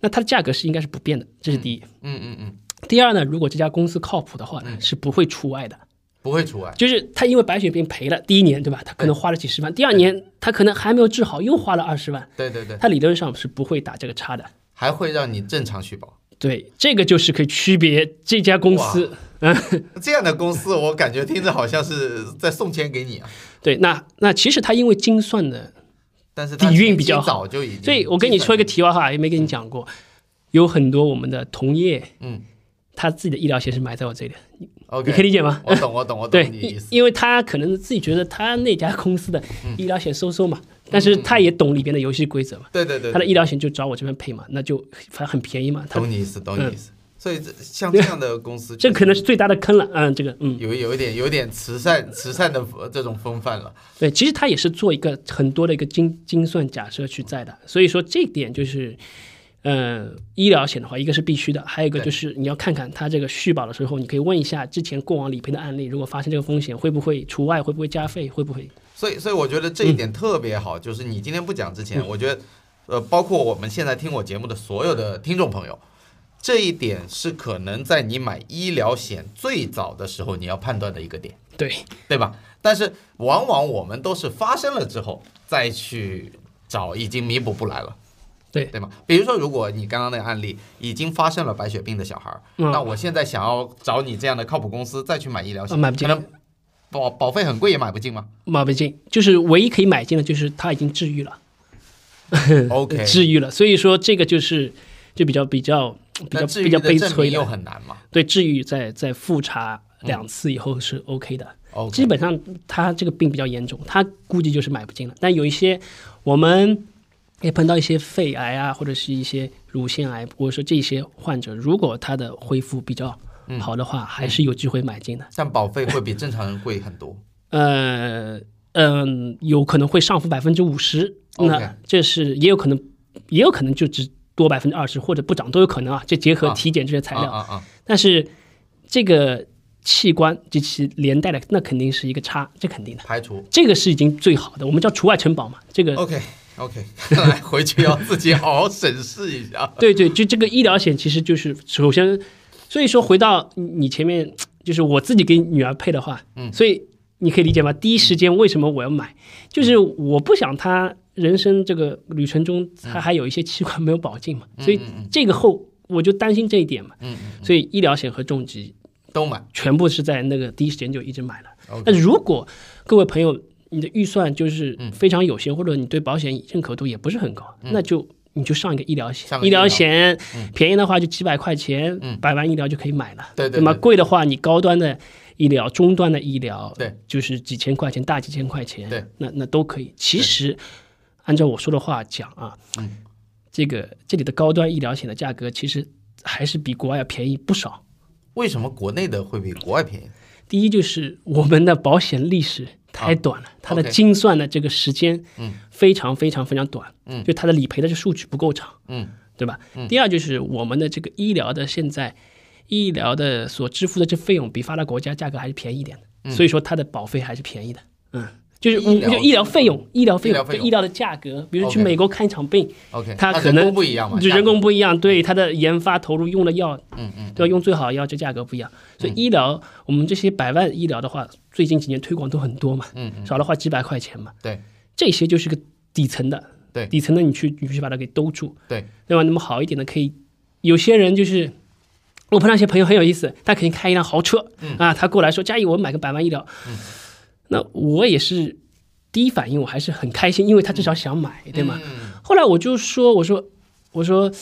那它的价格是应该是不变的，这是第一。
嗯嗯嗯，
第二呢，如果这家公司靠谱的话呢，是不会除外的。
不会除外，
就是他因为白血病赔了第一年，对吧？他可能花了几十万，第二年他可能还没有治好，又花了二十万，
对对对，
他理论上是不会打这个叉的。
还会让你正常续保。
对，这个就是可以区别这家公司
这样的公司，我感觉听着好像是在送钱给你啊。
对，那那其实它因为精算的
但是它
底蕴比较
前期早就已经。
所以我跟你说一个，题外话，也没跟你讲过，有很多我们的同业，
嗯，
他自己的医疗险是买在我这里的，
OK，
你可以理解吗？
我懂，我懂，我懂
对，
你的
因
意思。嗯
因为他可能自己觉得他那家公司的医疗险收收嘛，但是他也懂里边的游戏规则嘛，
对对对，
他的医疗险就找我这边赔嘛，那就反正很便宜嘛，他
懂你意思，懂你意思。所以这像这样的公司，
嗯 这可能是最大的坑了，嗯，这个嗯，
有有一点有一点慈善慈善的呃这种风范了。
对，其实他也是做一个很多的一个精精算假设去在的，所以说这点就是。嗯，医疗险的话，一个是必须的，还有一个
对
就是你要看看他这个续保的时候，你可以问一下之前过往理赔的案例，如果发现这个风险，会不会除外，会不会加费，会不会
所以所以我觉得这一
嗯
点特别好，就是你今天不讲之前，我觉得呃，包括我们现在听我节目的所有的听众朋友。这一点是可能在你买医疗险最早的时候你要判断的一个点。
对，
对吧？但是往往我们都是发生了之后再去找，已经弥补不来了。
对
对吗？比如说，如果你刚刚那个案例已经发生了白血病的小孩儿，
嗯
那我现在想要找你这样的靠谱公司再去买医疗
啊
险，
买不进
可能保保费很贵也买不进吗
买不进，就是唯一可以买进的，就是他已经治愈了，嗯呃
？OK，
治愈了。所以说这个就是就比较比较比
那
较
治
比
愈
较
的
悲
证
催
明又嗯
的。
很难嘛
对，治愈在在复查两次以后是 OK 的，基
？OK，
本上他这个病比较严重，他估计就是买不进了。但有一些我们也碰到一些肺癌啊，或者是一些乳腺癌，或者说这些患者，如果他的恢复比较好的话，还是有机会买进的。
但保费会比正常人贵很多。
呃，嗯，有可能会上浮百分之五十，
OK
那这是也有可能，也有可能就只多百分之二十或者不涨都有可能啊。这结合
啊
体检这些材料，
啊啊啊！
但是这个器官及其连带的那肯定是一个差，这肯定的，
排除。
这个是已经最好的，我们叫除外承保嘛。这个
OK OK，看来回去要自己好好审视一下。
对对，就这个医疗险其实就是首先，所以说回到你你前面，就是我自己给女儿配的话，嗯，所以你可以理解吗？第一时间为什么我要买，就是我不想她人生这个旅程
嗯
中她还有一些器官没有保尽嘛，所以这个后我就担心这一点嘛，
嗯
所以医疗险和重疾
都买。
全部是在那个第一时间就一直买了。
OK
但如果各位朋友你的预算就是
嗯
非常有限，或者你对保险认可度也不是很高，那就你就上一个医疗险
上，个
医
医疗嗯
疗险、便宜的话就几百块钱，百万医疗就可以买了。
对对
那么
对
贵的话，你高端的医疗、中端的医疗，
对，
就是几千块钱、大几千块钱，
对，
那那都可以。其实按照我说的话讲啊，
嗯
这个这里的高端医疗险的价格其实还是比国外要便宜不少。
为什么国内的会比国外便宜？
第一就是我们的保险历史太短了，它的
嗯 OK 嗯
精算的这个时间，非常非常非常短，就它的理赔的这数据不够长，
嗯，
对吧？第二就是我们的这个医疗的现在医疗的所支付的这费用比发达国家价格还是便宜一点的，
嗯
所以说它的保费还是便宜的，嗯。就是
医疗
就医疗费用，医疗费
医疗
用，
费
就
用
医疗的价格，比如去
OK
美国看一场病，
OK，
它
那
可
人
能
工不一样嘛，
就
价
人
格
工不一样，对它的研发投入用的药，嗯嗯，对吧？用最好的药，这价格不一样。所以
嗯
医疗，我们这些百万医疗的话，最近几年推广都很多嘛，
嗯
少的话几百块钱嘛，
对
这些就是个底层的，
对
底层的你去你去把它给兜住，
对
对吧？那么好一点的可以，有些人就是。我碰到一些朋友很有意思，他肯定开一辆豪车，
嗯
啊，他过来说：“佳怡，我买个百万医疗。那我也是第一反应，我还是很开心，因为他至少想买，对吗？
嗯
后来我就说，我说，我说，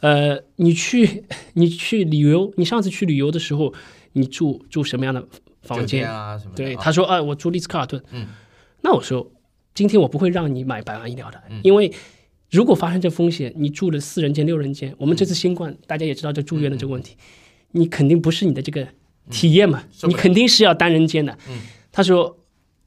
呃，你去 你去旅游，你上次去旅游的时候，你住住什么样的房
酒
间？
店啊什么的，
对，
啊
他说，啊，我住丽兹卡尔顿。
嗯，
那我说，今天我不会让你买百万医疗的，
嗯
因为。如果发生这风险，你住了四人间、六人间，我们这
嗯
次新冠、大家也知道这住院的这个问题，你肯定不是你的这个体验嘛，
嗯受不
你
了
肯定是要单人间的。他说，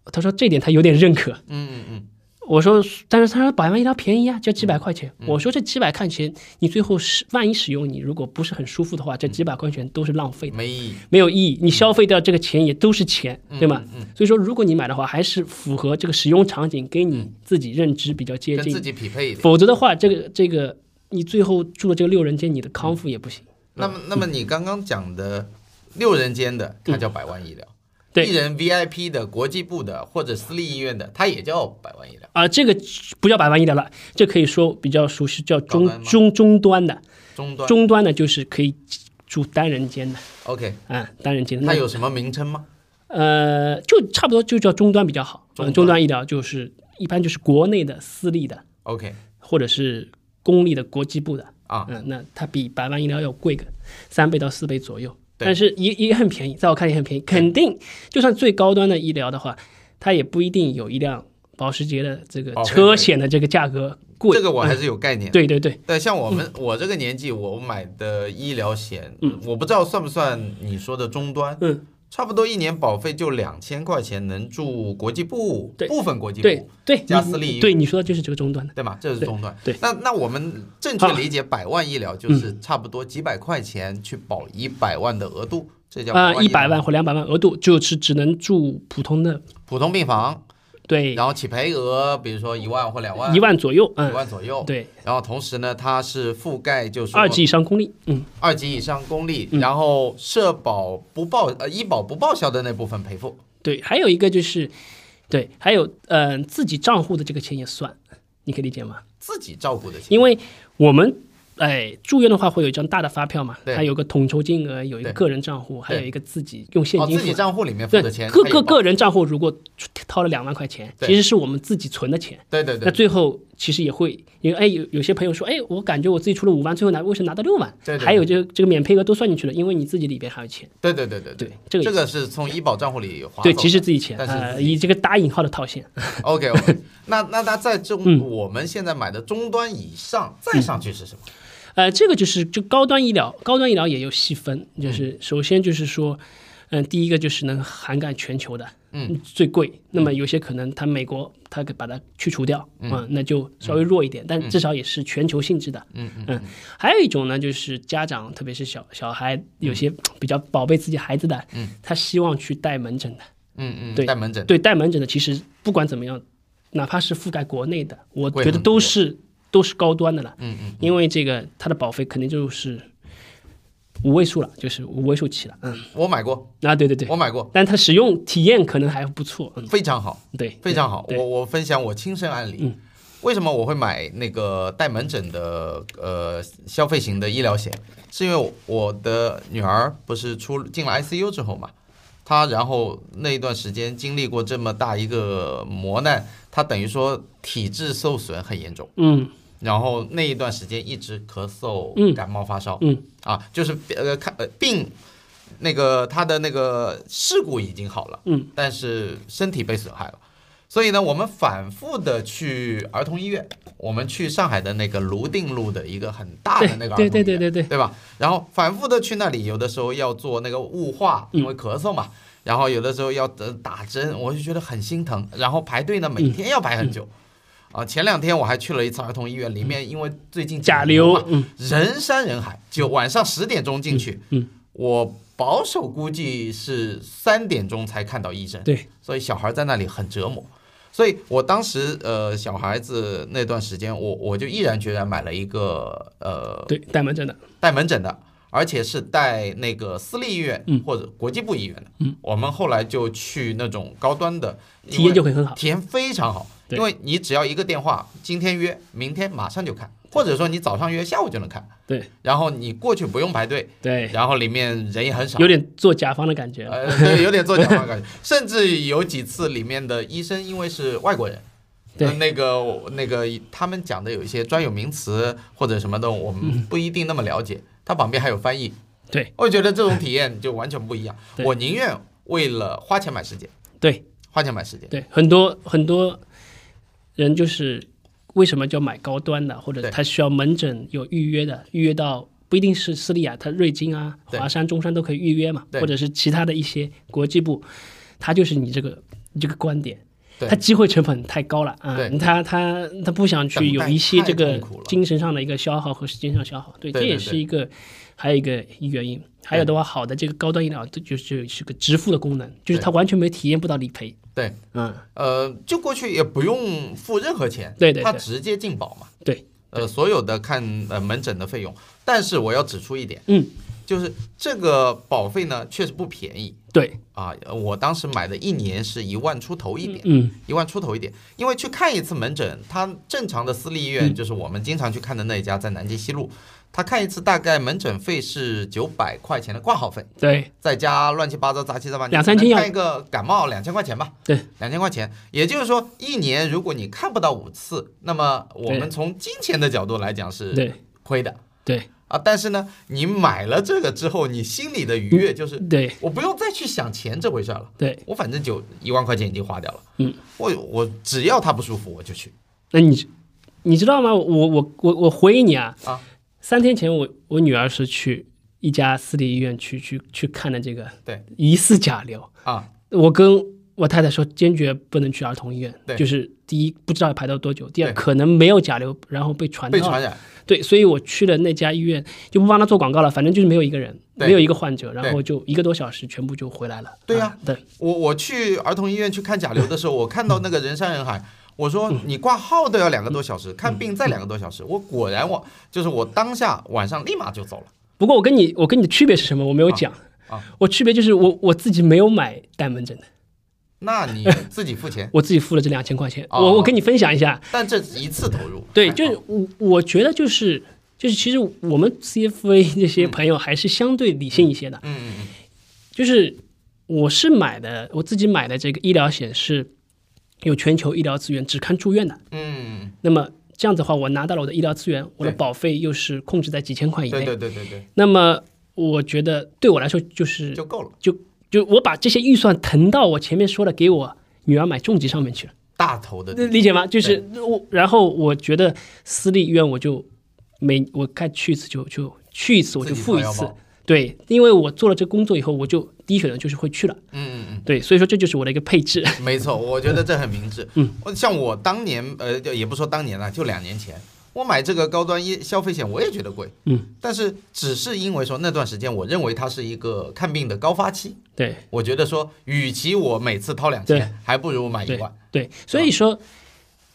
他说这点他有点认可，
嗯嗯嗯，
我说，但是他说百万医疗便宜啊，就几百块
嗯
钱。我说这几百块钱，你最后使万一使用你如果不是很舒服的话，这
嗯
几百块钱都是浪费的，
没意义，
没有意义。你消费掉这个钱也都是钱，对吗？
嗯，
所以说，如果你买的话，还是符合这个使用场景，跟你自己认知比较接
嗯跟自
近。
己匹配一点。
否则的话，这个这个你最后住了这个六人间，你的康复也不行。
那么，那么你刚刚讲的六人间的，它叫百万医疗；
对
一人 VIP 的、国际部的或者私立医院的，它也叫百万医疗。
啊、这个不叫百万医疗了，这可以说比较熟悉，叫
高端
中
吗
中中端的，
终端
中端的就是可以住单人间的
OK，
啊、单人间的。
它
那
有什么名称吗？
呃，就差不多就叫终端比较好，
终
嗯
端
终端医疗就是一般就是国内的私立的
OK
或者是公立的国际部的，
啊，
嗯，那它比百万医疗要贵个三倍到四倍左右，
对
但是也也很便宜，在我看也很便宜。肯定，就算最高端的医疗的话，它也不一定有一辆保时捷的这个
哦
车险的这个价格贵。
这个我还
嗯
是有概念的。
对对嗯对，
对，像我们我这个年纪，我买的医疗险，我不知道算不算你说的终端，
嗯，
差不多一年保费就两千块钱，能住国际部
对
部分国际
对
部，
对，
加
你
私立医
对你说的就是这个终端的，
对吗？这是终端。
对对
那那我们正确理解百万医疗就是差不多几百块钱去保一百万的额度，这叫
啊，一
医疗
百万或两百万额度就是只能住普通的，
普通病房，
对，
然后起赔额，比如说一万或两万，
一万左右，
一
嗯，
万左右。
对，
然后同时呢，它是覆盖就是说
二级以嗯上公立，嗯，
二级以上公立，然后社保不报呃医保不报销的那部分赔付。
对，还有一个就是，对，还有呃自己账户的这个钱也算，你可以理解吗？
自己照顾的钱，
因为我们哎住院的话会有一张大的发票嘛，
对
它有个统筹金额，有一个
对
个人账户，还有一个自己用现
哦
金
自
付
己
的。
账户里面付
对
的钱，，
各
它也
个
报
个人账户如果掏了两万块钱，
对
其实是我们自己存的钱。
对对
那
对
最后其实也会，因为哎有有些朋友说，哎，我感觉我自己出了五万，最后拿为什么拿到六万？
对对对
还有这个这个免配额都算进去了，因为你自己里边还有钱。
对对对对
对这个
这个是从医保账户里划
对，
走
其实自己钱，
但是
呃，以这个打引号的套现，
OK OK，那那它在中
嗯
我们现在买的终端以上再上去是什么？
呃，这个就是就高端医疗，高端医疗也有细分，就是首先就是说，嗯、第一个就是能涵盖全球的，
嗯，
最贵。那么有些可能它美国它给把它去除掉，嗯、那就稍微弱一点，但至少也是全球性质的，
嗯
嗯还有一种呢，就是家长，特别是小小孩，有些比较宝贝自己孩子的，嗯，他希望去带门诊的，
嗯嗯，
对
带门诊
对，带门诊的其实不管怎么样，哪怕是覆盖国内的，我
贵
觉得
很
都
多
是都是高端的了。
嗯嗯，
因为这个它的保费肯定就是五位数了，就是五位数起了。嗯，
我买过，
啊，对对对
我，买过，
但它使用体验可能还不错。嗯，
非常好。
对，
非常好，
对嗯
我我分享我亲身案例。为什么我会买那个带门诊的呃消费型的医疗险？是因为我我的女儿不是出进了 ICU 之后嘛，她然后那一段时间经历过这么大一个磨难，她等于说体质受损很严重，
嗯
然后那一段时间一直咳嗽、
嗯
感冒、发烧，
嗯
啊，就是呃看呃病，那个他的那个事故已经好了，
嗯，
但是身体被损害了，所以呢，我们反复的去儿童医院，我们去上海的那个泸定路的一个很大的那个儿童医
对
院，
对对对对
对吧？然后反复的去那里，有的时候要做那个雾化，因为咳嗽嘛。然后有的时候要呃打针，我就觉得很心疼。然后排队呢，每天要排很久，啊，前两天我还去了一次儿童医院，里面因为最近
嗯甲
流
流
嘛，人山人海，就晚上十点钟进去，
嗯，
我保守估计是三点钟才看到医生，
对，
所以小孩在那里很折磨。所以我当时呃，小孩子那段时间，我我就毅然决然买了一个呃
对，带门诊的，
带门诊的，而且是带那个私立医院
嗯
或者国际部医院的。嗯，我们后来就去那种高端的，因
体
为
验就会很好。
体验非常好，
对
因为你只要一个电话，今天约，明天马上就看，或者说你早上约，下午就能看，
对哎
然后你过去不用排队，
对，
然后里面人也很少
有。点做甲方的感觉。
呃，对，有点 做假话感觉，甚至有几次里面的医生因为是外国人，
对
呃那个我那个他们讲的有一些专有名词或者什么的，我们不一定那么了 解，他旁边还有翻译，
对
我觉得这种体验就完全不一样。
对
我宁愿为了花钱买时间，
对
花钱买时间。
对，很多很多人就是为什么叫买高端的，或者
对
他需要门诊有预约的，预约到。不一定是私立啊，他瑞金啊、
对
华山、中山都可以预约嘛，
对
或者是其他的一些国际部，他就是你这个你这个观点，
对
他机会成本太高了啊
对，
他他他不想去有一些这
等待
个
太痛苦了
精神上的一个消耗和时间上消耗，对，
对对
这也是一个还有一个原因。还有的话，好的这个高端医疗就就是是个直付的功能，就是
对
他完全没体验不到理赔，
对，
嗯，
呃，就过去也不用付任何钱，
对对
他
对
直接进保嘛。
对，
呃，所有的看呃门诊的费用，但是我要指出一点，
嗯，
就是这个保费呢确实不便宜，
对，
啊，呃我当时买的一年是一万出头一点，
嗯，
一万出头一点，因为去看一次门诊，它正常的私立医
嗯
院就是我们经常去看的那一家，在南京西路，他看一次大概门诊费是九百块钱的挂号费，
对，
再加乱七八糟杂七杂八，你
两
可能
三千
看一个感冒两千块钱吧，
对，
两千块钱，也就是说一年如果你看不到五次，那么我们
对
从金钱的角度来讲是
对，
亏的
对，
啊，但是呢，你买了这个之后，你心里的愉
嗯
悦就是
对，
我不用再去想钱这回事儿了。
对。
我反正就一万块钱已经花掉了，
嗯，
我我只要他不舒服我就去，
那你你知道吗？我我我我回应你啊，
啊，
三天前我我女儿是去一家私立医院去去去看的这个
对
疑似甲流，
啊，
我跟我太太说，坚决不能去儿童医院。
对
就是第一，不知道排到多久；第二，
对
可能没有甲流，然后被传到
被传染，
对，所以我去了那家医院，就不帮他做广告了，反正就是没有一个人，
对
没有一个患者，然
对
后就一个多小时，全部就回来了。
对呀
啊，对，
我我去儿童医院去看甲流的时候，我看到那个人山人海，我
嗯
说你挂号都要两个多小时，看病再两个多小时，我果然我就是我当下晚上立马就走了，
不过我跟你，我跟你的区别是什么？我没有讲，
啊
我区别就是我我自己没有买单门诊的，，
那你自己付钱
我自己付了这两千块钱。
哦
我我跟你分享一下，
但这一次投入，
对，
还好
就是我我觉得就是就是其实我们 CFA 这些朋友还是相对理性一些的，
嗯嗯嗯，
就是我是买的我自己买的这个医疗险是有全球医疗资源，只看住院的。
嗯，
那么这样子的话，我拿到了我的医疗资源，我的
对
保费又是控制在几千块以
对
内。
对对对对，
那么我觉得对我来说就是
就够了，
就就我把这些预算腾到我前面说的给我女儿买重疾上面去了。
大头的地嗯
理
方，
理解吗？就是我，然后我觉得私立医院我就每我看去一次就就去一次我就
自己
付一
掏腰
次
包，
对，因为我做了这工作以后，我就第一选择就是会去了，
嗯嗯嗯。
对，所以说这就是我的一个 配置，
没错，我觉得这很明智。嗯，像我当年，呃，就也不说当年了，就两年前，我买这个高端医消费险，我也觉得贵。
嗯，
但是只是因为说那段时间，我认为它是一个看病的高发期，
对
我觉得说，与其我每次掏两
对
千，还不如买一
对
万。
对，所以说，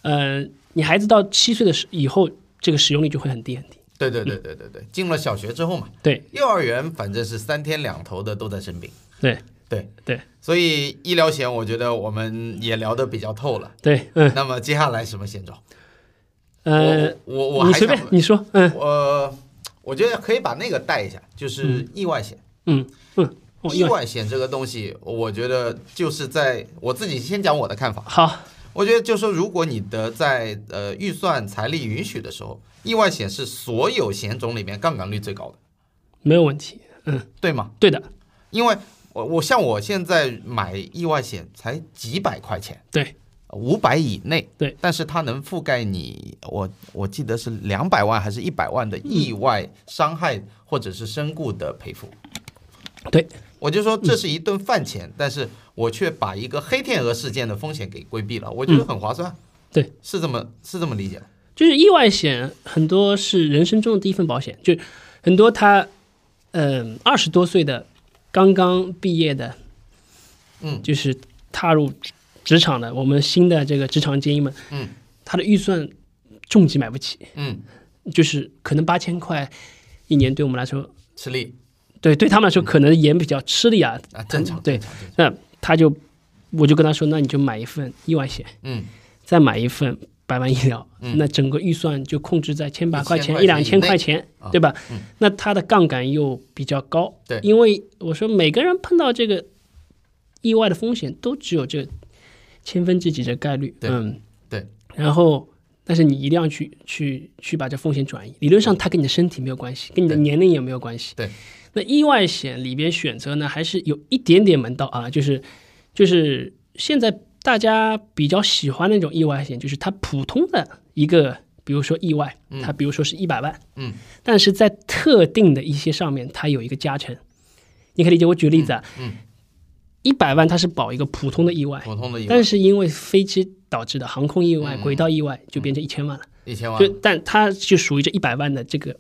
呃，你孩子到七岁的时以后，这个使用率就会很低很低，
对对对对对对，进了小学之后嘛，
对
幼儿园反正是三天两头的都在生病。
对
对，
对
所以医疗险，我觉得我们也聊得比较透了。
对，嗯
那么接下来什么险种？
呃，
我我我还
你随
想
便你说， 嗯
我我觉得可以把那个带一下，就是意外险。
嗯嗯，我
哦意外险这个东西，我觉得就是在我自己先讲我的看法。
好，
我觉得就是说，如果你的在呃预算财力允许的时候，意外险是所有险种里面杠杆率最高的，
没有问题，嗯，
对吗？
对的，
因为我我像我现在买意外险才几百块钱，
对
五百以内，
对，
但是它能覆盖你，我我记得是两百万还是一百万的意外伤害或者是身故的赔付。
对，
我就说这是一顿饭
嗯
钱，但是我却把一个黑天鹅事件的风险给规避了，我觉得很划算。
嗯对，
是这么是这么理解吗？
就是意外险很多是人生中的第一份保险，就是很多他嗯二十多岁的刚刚毕业的，
嗯
就是踏入职职场的，我们新的这个职场精英们，
嗯，
他的预算重疾买不起，
嗯，
就是可能八千块一年对我们来说，
吃力
对对他们来说可能也比较吃力啊，
啊，正常。
对
正常，正常
那他就我就跟他说，那你就买一份意外险，
嗯，
再买一份百万医疗，那整个预算就控制在千把块
1000
钱、嗯嗯一两千块钱
啊，
对吧？那它的杠杆又比较高，
对
因为我说每个人碰到这个意外的风险都只有这千分之几的概率，
对
嗯，
对，
然后。但是你一定要去去去把这风险转移。理论上，它跟你的身体没有关系，跟你的
对
年龄也没有关系。
对，
那意外险里边选择呢，还是有一点点门道啊，就是就是现在大家比较喜欢那种意外险，就是它普通的一个，比如说意外，它比如说是一百万，
嗯，
但是在特定的一些上面，它有一个加成。你可以理解，我举个例子啊，
嗯嗯，
一百万它是保一个普通的意外，
普通的一万
但是因为飞机导致的航空意外、轨道意外，就变成一千万了。
一千万
就，但它就属于这一百万的这个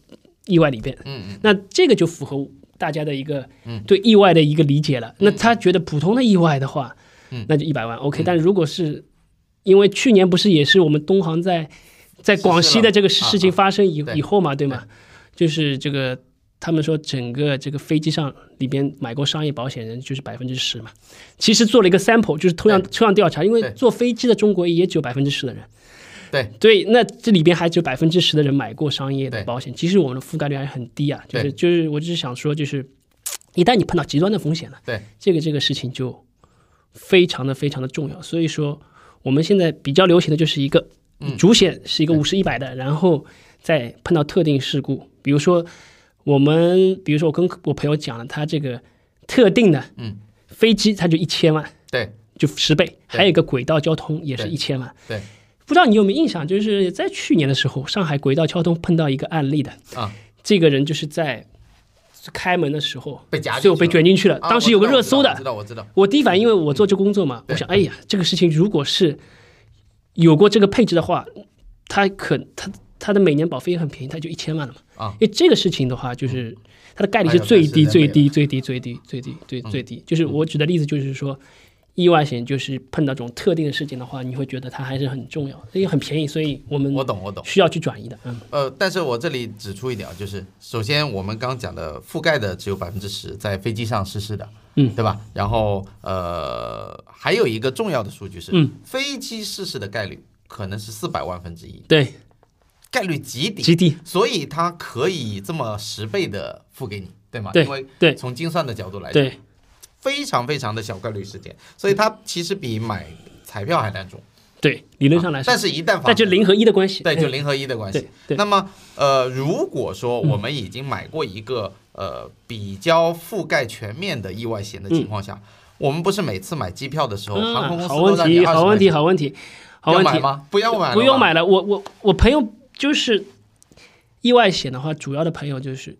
意外里边。
嗯嗯，
那这个就符合大家的一个对意外的一个理解了。那他觉得普通的意外的话，
嗯
那就一百万 OK、但如果是因为去年不是也是我们东航在在
失事
广西的这个
了
事情
啊啊
发生以
对
以后嘛，对吗？就是这个他们说整个这个飞机上里边买过商业保险人就是百分之十嘛，其实做了一个 sample，就是抽样抽样调查，因为
对
坐飞机的中国也只有百分之十的人，
对
对，那这里边还只有百分之十的人买过商业的
对
保险，其实我们的覆盖率还是很低啊，就是
对
就是我只是想说，就是一旦你碰到极端的风险了，
对
这个这个事情就非常的非常的重要，所以说我们现在比较流行的就是一个
嗯
主险是一个五十一百的，然后再碰到特定事故，比如说我们，比如说我跟我朋友讲了，他这个特定的，
嗯，
飞机它就一千万，
对
就十倍，还有一个轨道交通也是一千万，
对
不知道你有没有印象，就是在去年的时候，上海轨道交通碰到一个案例的，
啊，
这个人就是在开门的时候
被夹进去了
最后被卷进去了，
啊
当时有个热搜的
我，知道我知道，我知道
我第一反应，因为我做这工作嘛，我想，哎呀，这个事情如果是有过这个配置的话，它可它它的每年保费也很便宜，它就一千万了嘛。
啊，嗯
因为这个事情的话，就是它的概率是最低、
哎呀
最低、最低、最低、最低、
嗯
最最低。就是我举的例子就是说，意外险就是碰到这种特定的事情的话，你会觉得它还是很重要，因为很便宜，所以我们
我懂我懂。
需要去转移的。嗯，
呃，但是我这里指出一点，啊，就是首先我们刚讲的覆盖的只有百分之十，在飞机上实施的，
嗯，
对吧？然后呃，还有一个重要的数据是，
嗯，
飞机失事的概率可能是四百万分之一，
对，
概率极低，
极低。
所以它可以这么十倍的付给你，对吗？
对
因为
对
从精算的角度来讲，
对，
非常非常的小概率事件，所以它其实比买彩票还难中。
对，理论上来说，
啊但是一旦发
但就
生
零和一的关系。
对，就
嗯
零和一的关系
对。对
那么，呃，如果说我们已经买过一个呃比较覆盖全面的意外险的情况下，我们不是每次买机票的时候，哦航空公
嗯，
司
好
都
问
让你
题，
20
好问题，
块钱
好问题，好
要
问
买
题。
吗？不要买了吧，
不用买了。我我我朋友就是意外险的话，主要的朋友就是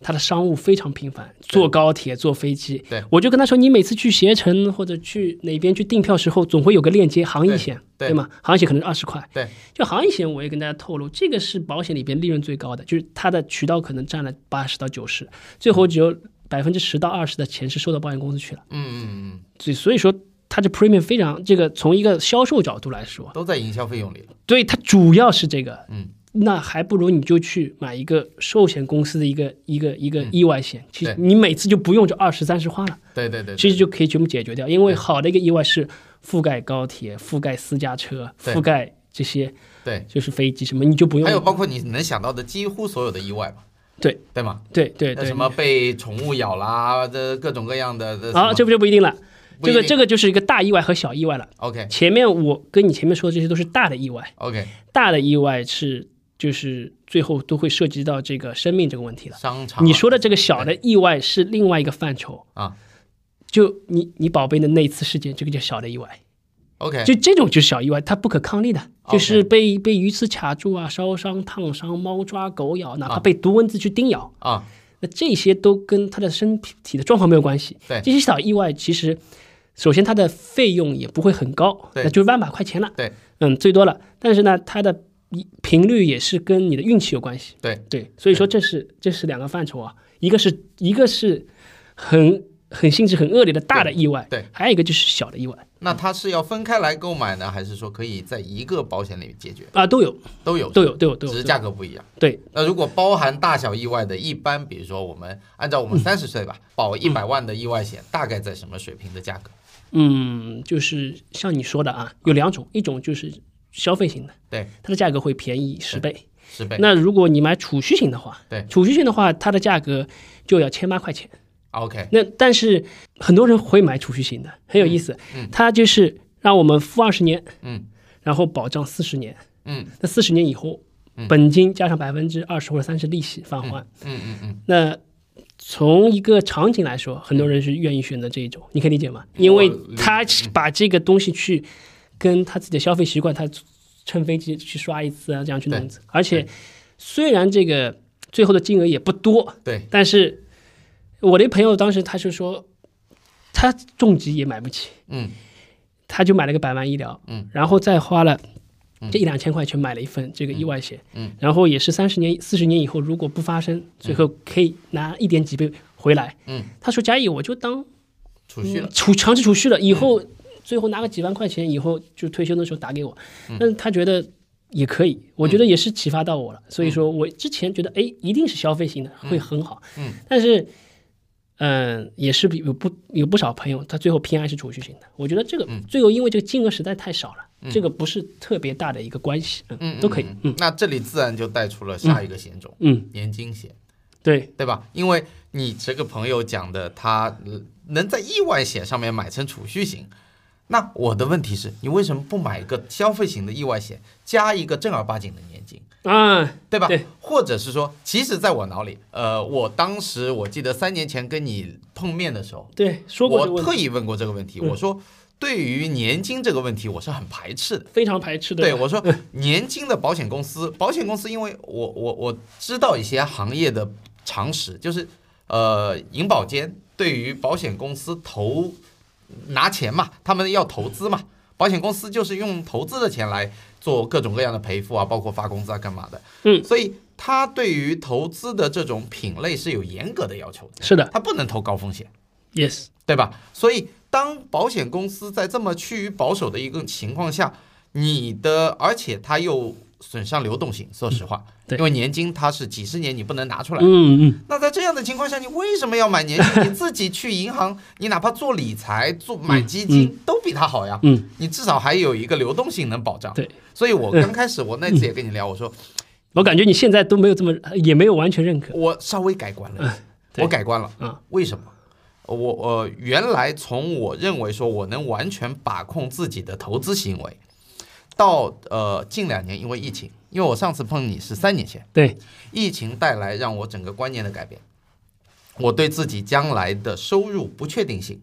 他的商务非常频繁，坐高铁、坐飞机。
对
我就跟他说，你每次去携程或者去哪边去订票时候，总会有个链接，航
对
意险，
对
吗？航意险可能是二十块。
对，
就航意险，我也跟大家透露，这个是保险里边利润最高的，就是它的渠道可能占了八十到九十，最后只有百分之十到二十的钱是收到保险公司去了。
嗯嗯嗯
所以所以说，它这 premium 非常这个从一个销售角度来说
嗯，，都在营销费用里了。
对，它主要是这个。
嗯，
那还不如你就去买一个寿险公司的一个一个一
嗯
个意外险，其实你每次就不用就二十三十花了，
对对对，对
其实就可以全部解决掉。因为好的一个意外是覆盖高铁、覆盖私家车、
对
覆盖这些
对。
就是飞机什么，你就不用
还。有包括你能想到的几乎所有的意外嘛，
对
对吗？
对对
那
对
什，么被宠物咬啦，这各种各样的。这什
啊，
么
这不就不一定了。
不
这
一
个
定
这个就是一个大意外和小意外了。
OK
前面我跟你前面说的这些都是大的意外，
OK
大的意外是就是最后都会涉及到这个生命这个问题了。
商场
你说的这个小的意外是另外一个范畴，
啊
就你你宝贝的那一次事件，这个叫小的意外，
OK
就这种就是小意外，它不可抗力的，
OK
就是被被鱼刺卡住啊、烧伤、烫伤、猫抓狗咬，哪怕被毒蚊子去叮咬，
啊
那这些都跟他的身体的状况没有关系。
对
这些小意外其实，首先它的费用也不会很高，
对
那就是万把块钱了，
对
嗯，最多了。但是呢，它的频率也是跟你的运气有关系。
对
对，所以说这是这是两个范畴啊，一个是一个是很很性质很恶劣的大的意外，
对对
还有一个就是小的意外
那它是要分开来购买呢，还是说可以在一个保险里解决？
啊，都有
都有，
都有都有都
只是
有，
价格不一样。
对
那如果包含大小意外的，一般比如说我们按照我们
嗯
三十岁吧，保一百万的意外险，大概在什么水平的价格？
嗯，就是像你说的啊，有两种，一种就是消费型的，
对，
它的价格会便宜十倍。
十倍。
那如果你买储蓄型的话，
对
储蓄型的话，它的价格就要千八块钱。
OK，
那但是很多人会买储蓄型的，很有意思。
嗯
它就是让我们付二十年，
嗯
然后保障四十年。
嗯
那四十年以后，本金加上百分之二十或者三十利息返还。
嗯嗯嗯，
那从一个场景来说，很多人是愿意选择这一种，你可以理解吗？
嗯
因为他把这个东西去跟他自己的消费习惯，他乘飞机去刷一次啊，这样去弄一次。而且虽然这个最后的金额也不多，
对
但是我的朋友当时他是说，他重疾也买不起，
嗯
他就买了个百万医疗，
嗯，
然后再花了这一两千块钱买了一份这个意外险，
嗯，
然后也是三十年、四十年以后如果不发生，最后可以拿一点几倍回来。
嗯，
他说：“佳怡，我就当
储蓄了。
储强制
嗯
储
嗯
蓄了，以后最后拿个几万块钱，以后就退休的时候打给我。”但是他觉得也可以，我觉得也是启发到我了。所以说我之前觉得，哎，一定是消费型的会很好，
嗯，
但是，嗯、也是有不有不少朋友他最后偏爱是储蓄型的。我觉得这个
嗯
最后因为这个金额实在太少了，这个不是特别大的一个关系，
嗯，
都可以，
嗯，那这里自然就带出了下一个险种，
嗯，
年金险，
对，
对吧？因为你这个朋友讲的，他呃能在意外险上面买成储蓄型，那我的问题是你为什么不买一个消费型的意外险，加一个正儿八经的年金？
啊，
对吧？
对
或者是说，其实在我脑里，呃，我当时我记得三年前跟你碰面的时候，
对，说过这个
我
问题，嗯
特意问过这个问题，我说对于年金这个问题，我是很排斥的。
非常排斥的，
对，我说年金的保险公司， 保险公司，因为我我我知道一些行业的常识，就是呃，银保监对于保险公司投拿钱嘛，他们要投资嘛，保险公司就是用投资的钱来做各种各样的赔付啊，包括发工资啊，干嘛的。
嗯，
所以他对于投资的这种品类是有严格的要求的，
是的
他不能投高风险。
，yes，
对吧？所以当保险公司在这么趋于保守的一个情况下，你的而且它又损伤流动性，说实话，
嗯对
因为年金它是几十年你不能拿出来。
嗯嗯，
那在这样的情况下，你为什么要买年金？你自己去银 行，你哪怕做理财、做买基金，都比它好呀。
嗯，
你至少还有一个流动性能保障。
对，
所以我刚开始我那次也跟你聊，我说
我感觉你现在都没有这么，也没有完全认可，哎
我稍微改观了，
对
我改观了。
啊，
为什么？我我、呃、原来从我认为说我能完全把控自己的投资行为，到呃近两年因为疫情，因为我上次碰你是三年前，
对，
疫情带来让我整个观念的改变，我对自己将来的收入不确定性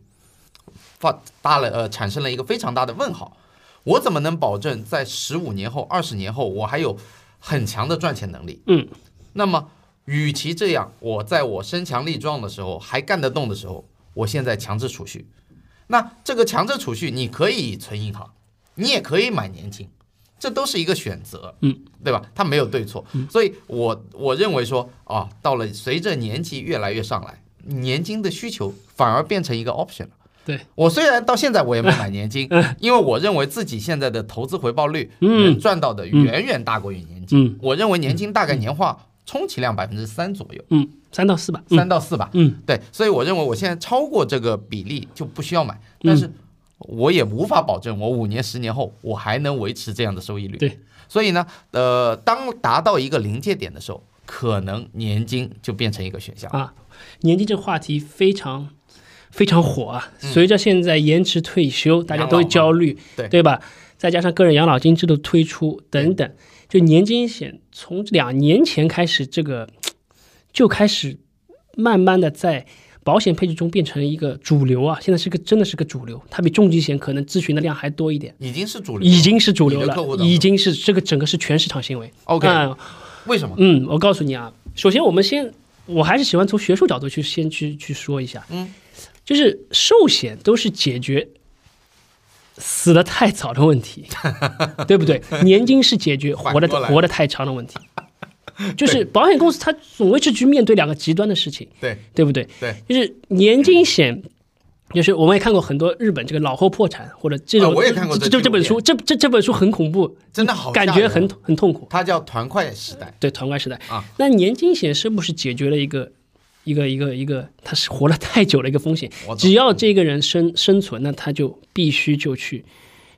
发大了呃产生了一个非常大的问号，我怎么能保证在十五年后、二十年后我还有很强的赚钱能力？
嗯，
那么与其这样，我在我身强力壮的时候还干得动的时候，我现在强制储蓄，那这个强制储蓄你可以存银行，你也可以买年金。这都是一个选择，
嗯，
对吧？它没有对错，所以我我认为说啊，到了随着年纪越来越上来，年金的需求反而变成一个 option 了。
对
我虽然到现在我也没买年 金，因为我认为自己现在的投资回报率
嗯
能赚到的远远大过于年金。
嗯
我认为年金大概年化充其量百分之三左右，
嗯，三到四吧，嗯
三到四吧。
嗯，
对，所以我认为我现在超过这个比例就不需要买，但
嗯
是我也无法保证我五年、十年后我还能维持这样的收益率。
对，
所以呢，呃，当达到一个临界点的时候，可能年金就变成一个选项。
啊，年纪这个话题非常非常火啊！随着现在延迟退休，大
嗯
家
养老
都
嘛
焦虑，
对
吧？再加上个人养老金制度推出等等，就年金险从两年前开始，这个就开始慢慢的在。保险配置中变成一个主流啊，现在是个真的是个主流，它比重疾险可能咨询的量还多一点，
已经是主流了，
已经是主流
你的
了
客户，当中
已经是这个整个是全市场行为。
OK
嗯
为什么？
嗯，我告诉你啊，首先我们先，我还是喜欢从学术角度去先去去说一下，
嗯，
就是寿险都是解决死的太早的 问题，对不对？年金是解决活的
反过来
活的太长的 问题，就是保险公司它总会是去面对两个极端的事情，
对
对不对？
对，
就是年金险。就是我们也看过很多日本这个老后破产或者这种，
啊我也看过
这
这
这这本
纪录
书，这这这本书很恐怖，
真的好吓
感
人，哦啊
觉很很痛苦。
它叫团块时代。
对团块时代
啊。
那年金险是不是解决了一个一个一个一个，他是活了太久的一个风险
我？懂
只要这个人生生存，那他就必须就去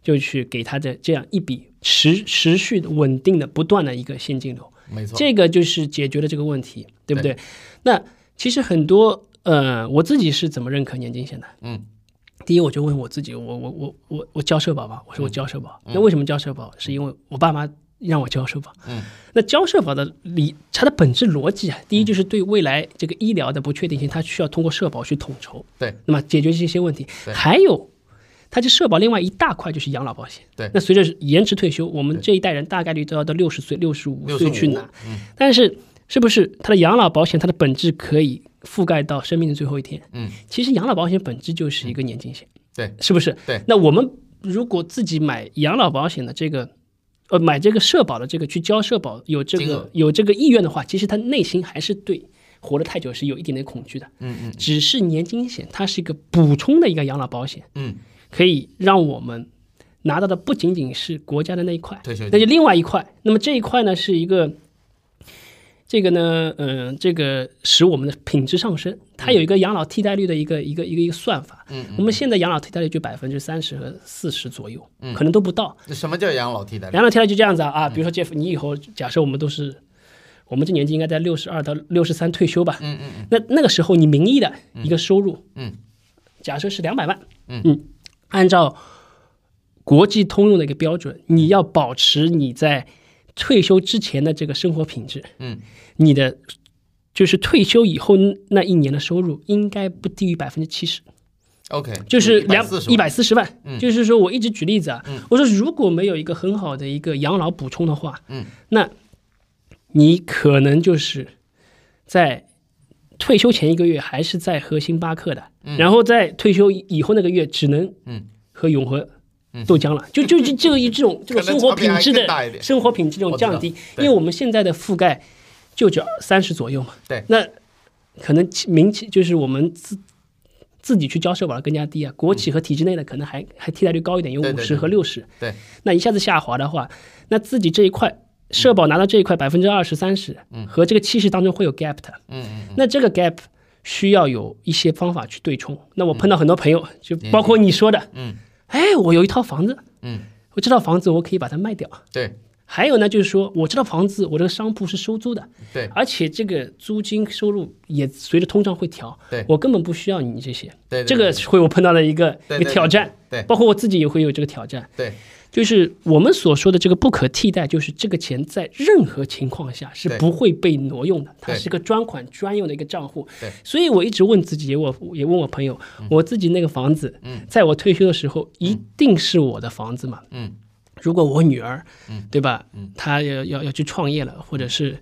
就去给他的这样一笔持持续的稳定的不断的一个现金流，
没错，
这个就是解决了这个问题，对不
对
对？那其实很多呃，我自己是怎么认可年金险的？
嗯，
第一，我就问我自己，我我我我我交社保吧，
嗯
我说我交社保，那为什么交社保？是因为我爸妈让我交社保。
嗯，
那交社保的理它的本质逻辑啊，第一就是对未来这个医疗的不确定性，它需要通过社保去统筹，
对
那么解决这些问题。
对
还有，它这社保另外一大块就是养老保险。
对
那随着延迟退休，我们这一代人大概率都要到六十岁、六十五岁
65
去拿，
嗯
但是是不是它的养老保险它的本质可以覆盖到生命的最后一天？
嗯，
其实养老保险本质就是一个年金险。
对，
是不是？
对。
那我们如果自己买养老保险的这个，呃，买这个社保的这个去交社保，有这
金
个
额
有这个意愿的话，其实他内心还是对活得太久是有一点点恐惧的。
嗯嗯
只是年金险它是一个补充的一个养老保险，
嗯，
可以让我们拿到的不仅仅是国家的那一块，
退休金
那就另外一块。那么这一块呢，是一个这个呢，嗯、这个使我们的品质上升。它有一个养老替代率的一个一个一个一个算法。
嗯嗯
我们现在养老替代率就百分之三十和四十左右，
嗯
可能都不到。
那什么叫养老替代率？
养老替代就这样子啊啊，比
嗯
如说 Jeff，你以后假设我们都是，我们这年纪应该在六十二到六十三退休吧？
嗯嗯
那那个时候你名义的一个收入，
嗯，
假设是两百万，
嗯
按照国际通用的一个标准，你要保持你在退休之前的这个生活品质，
嗯
你的就是退休以后那一年的收入应该不低于百分之七十，
，OK，
就是两
四十
一百四十万。
嗯
就是说我一直举例子啊，我说如果没有一个很好的一个养老补充的话，
嗯
那你可能就是在退休前一个月还是在喝星巴克的，然后在退休以后那个月只能
嗯
喝永和。豆浆了，就就就就一这种这 种
可能
生活
差别
品
还
质
更大一
的
点
生活品质这种降低
我，
因
对
为我们现在的覆盖就只三十左右嘛。
对
那可能其民企就是我们自自己去交社保的更加低啊，国企和体制内的可能还还替代率高一点，有
对
五
对
十
对
和六十。
对，
那一下子下滑的话，那自己这一块社保拿到这一块百分之二十三十，和这个七十当中会有 gap 的。
嗯嗯
那这个 gap 需要有一些方法去对冲。那我碰到很多朋友，就包括你说的，
嗯
哎，我有一套房子，
嗯，
我这套房子我可以把它卖掉。
对
还有呢，就是说我这套房子，我这个商铺是收租的，
对
而且这个租金收入也随着通胀会调，
对
我根本不需要你这些。
对，
这个会我碰到的一个
对
一个
对
挑战，
对对
包括我自己也会有这个挑战。
对
就是我们所说的这个不可替代，就是这个钱在任何情况下是
对
不会被挪用的，它
对
是个专款专用的一个账户
对。嗯
所以我一直问自己，也我也问我朋友，我自己那个房子，在我退休的时候一定是我的房子嘛？
嗯，
如果我女儿，
嗯嗯
对吧？她要要要去创业了，或者是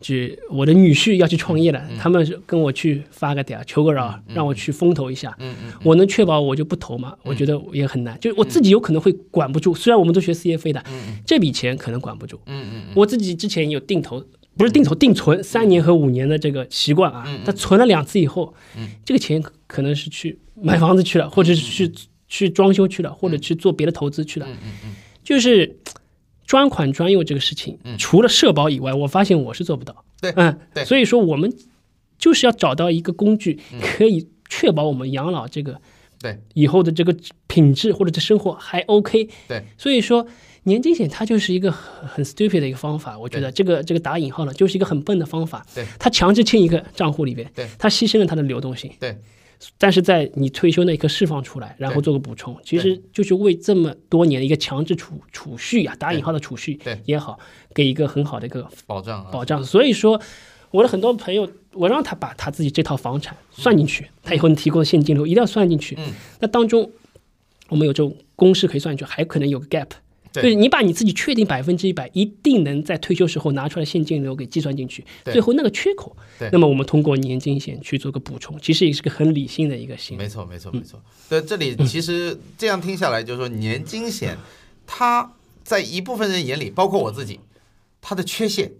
去我的女婿要去创业了，他们是跟我去发个嗲，求个饶，让我去风投一下。
嗯嗯
我能确保我就不投吗？我觉得也很难，就是我自己有可能会管不住。虽然我们都学 CFA 的，这笔钱可能管不住。
嗯嗯
我自己之前有定投，不是定投，定存三年和五年的这个习惯啊，
嗯
但存了两次以后，这个钱可能是去买房子去了，或者是
嗯
去去装修去了，或者去做别的投资去了。就是专款专用这个事情，除了社保以外，我发现我是做不到。
嗯对
嗯，
对嗯
所以说我们就是要找到一个工具，可以确保我们养老这个
对
以后的这个品质或者这生活还 OK。
对，
所以说年金险它就是一个很很 stupid 的一个方法，我觉得这个这个打引号了，就是一个很笨的方法。
对，
它强制进一个账户里边，
对，
它牺牲了它的流动性。
对
但是在你退休那一刻释放出来，然后做个补充，其实就是为这么多年的一个强制储储蓄啊，打引号的储蓄
对
也好，给一个很好的一个
保障啊，
保障。所以说，我的很多朋友，我让他把他自己这套房产算进去，他以后提供的现金流一定要算进去。
嗯
那当中，我们有这种公式可以算进去，还可能有个 gap。
对
就是你把你自己确定百分之一百一定能在退休时候拿出来现金流给计算进去，
对
最后那个缺口
对，
那么我们通过年金险去做个补充，其实也是个很理性的一个行为。
没错，没错，没错。对，这
嗯
里其实这样听下来，就是说年金险，它在一部分人眼里，包括我自己，它的缺陷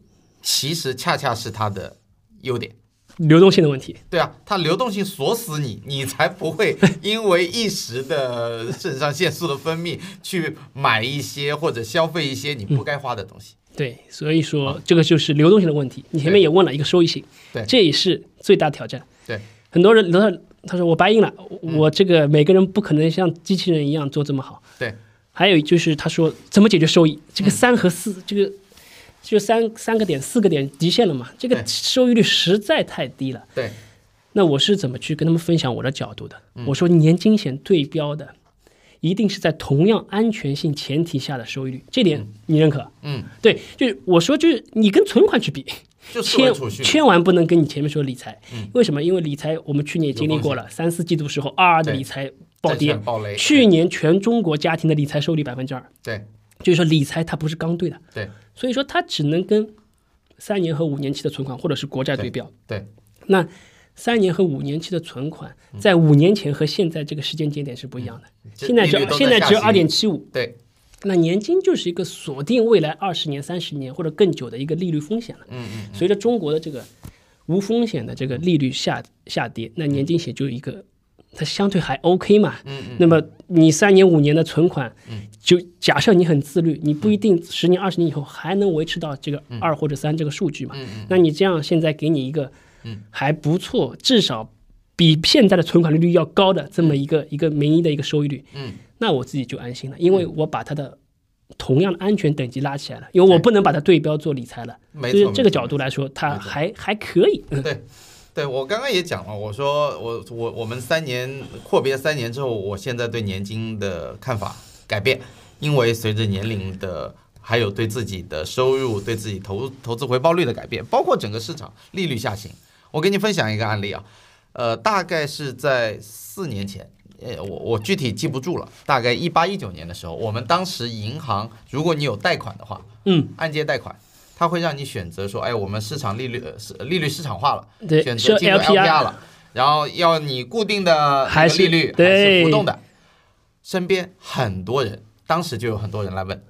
其实恰恰是它的优点。
流动性的问题，
对啊，它流动性锁死你，你才不会 因为一时的肾上腺素的分泌去买一些或者消费一些你
嗯
不该花的东西。
对，所以说这个就是流动性的问题。你前面也问了一个收益性，
对
这也是最大挑战。
对，
很多人他他说我白银了，
嗯
我这个每个人不可能像机器人一样做这么好。
对，
还有就是他说怎么解决收益？这
嗯
个三和四，这个就三三个点、四个点极限了嘛？这个
对
收益率实在太低了。
对，
那我是怎么去跟他们分享我的角度的？
嗯
我说年金险对标的一定是在同样安全性前提下的收益率，这点你认可？
嗯，
对，就是我说就是你跟存款去比，
就是
千
为储蓄。嗯
千万不能跟你前面说理财，为什么？因为理财我们去年也经历过了，三四季度时候二二的
对
理财暴
债
跌
券，暴雷
去年全中国家庭的理财收益率百分之二，
对
就是说理财它不是刚兑的，
对
所以说它只能跟三年和五年期的存款或者是国债对标。
对
那三年和五年期的存款，
嗯
在五年前和现在这个时间节点是不一样的。
这
现在只
嗯利率
有
都在
现在只有
下行
二点七五，
对，
那年金就是一个锁定未来二十年、三十年或者更久的一个利率风险了。
嗯嗯。
随着中国的这个无风险的这个利率下下跌，那年金险就一个它相对还 OK 嘛。
嗯嗯，
那么你三年五年的存款
嗯，
就假设你很自律，你不一定十年二十年以后还能维持到这个二或者三这个数据嘛。
嗯嗯
那你这样现在给你一个
嗯
还不错，至少比现在的存款利率要高的这么一个一个名义的一个收益率，
嗯，
那我自己就安心了，因为我把它的同样的安全等级拉起来了，因为我不能把它对标做理财了。
没
就是
错，
这
没错
个角度来说，它
没错
还还可以。嗯
对，对我刚刚也讲了，我说我我我们三年阔别三年之后，我现在对年金的看法改变，因为随着年龄的。还有对自己的收入、对自己投投资回报率的改变，包括整个市场利率下行。我给你分享一个案例啊，呃，大概是在四年前，呃，我我具体记不住了，大概一八一九年的时候，我们当时银行，如果你有贷款的话，
嗯，
按揭贷款，它会让你选择说，哎，我们市场利率呃是利率市场化了，
对，
选
是
择进入 LPR
LPR
了，然后要你固定的
还
那个利
是
率还
对
是浮动的。身边很多人，当时就有很多人来问，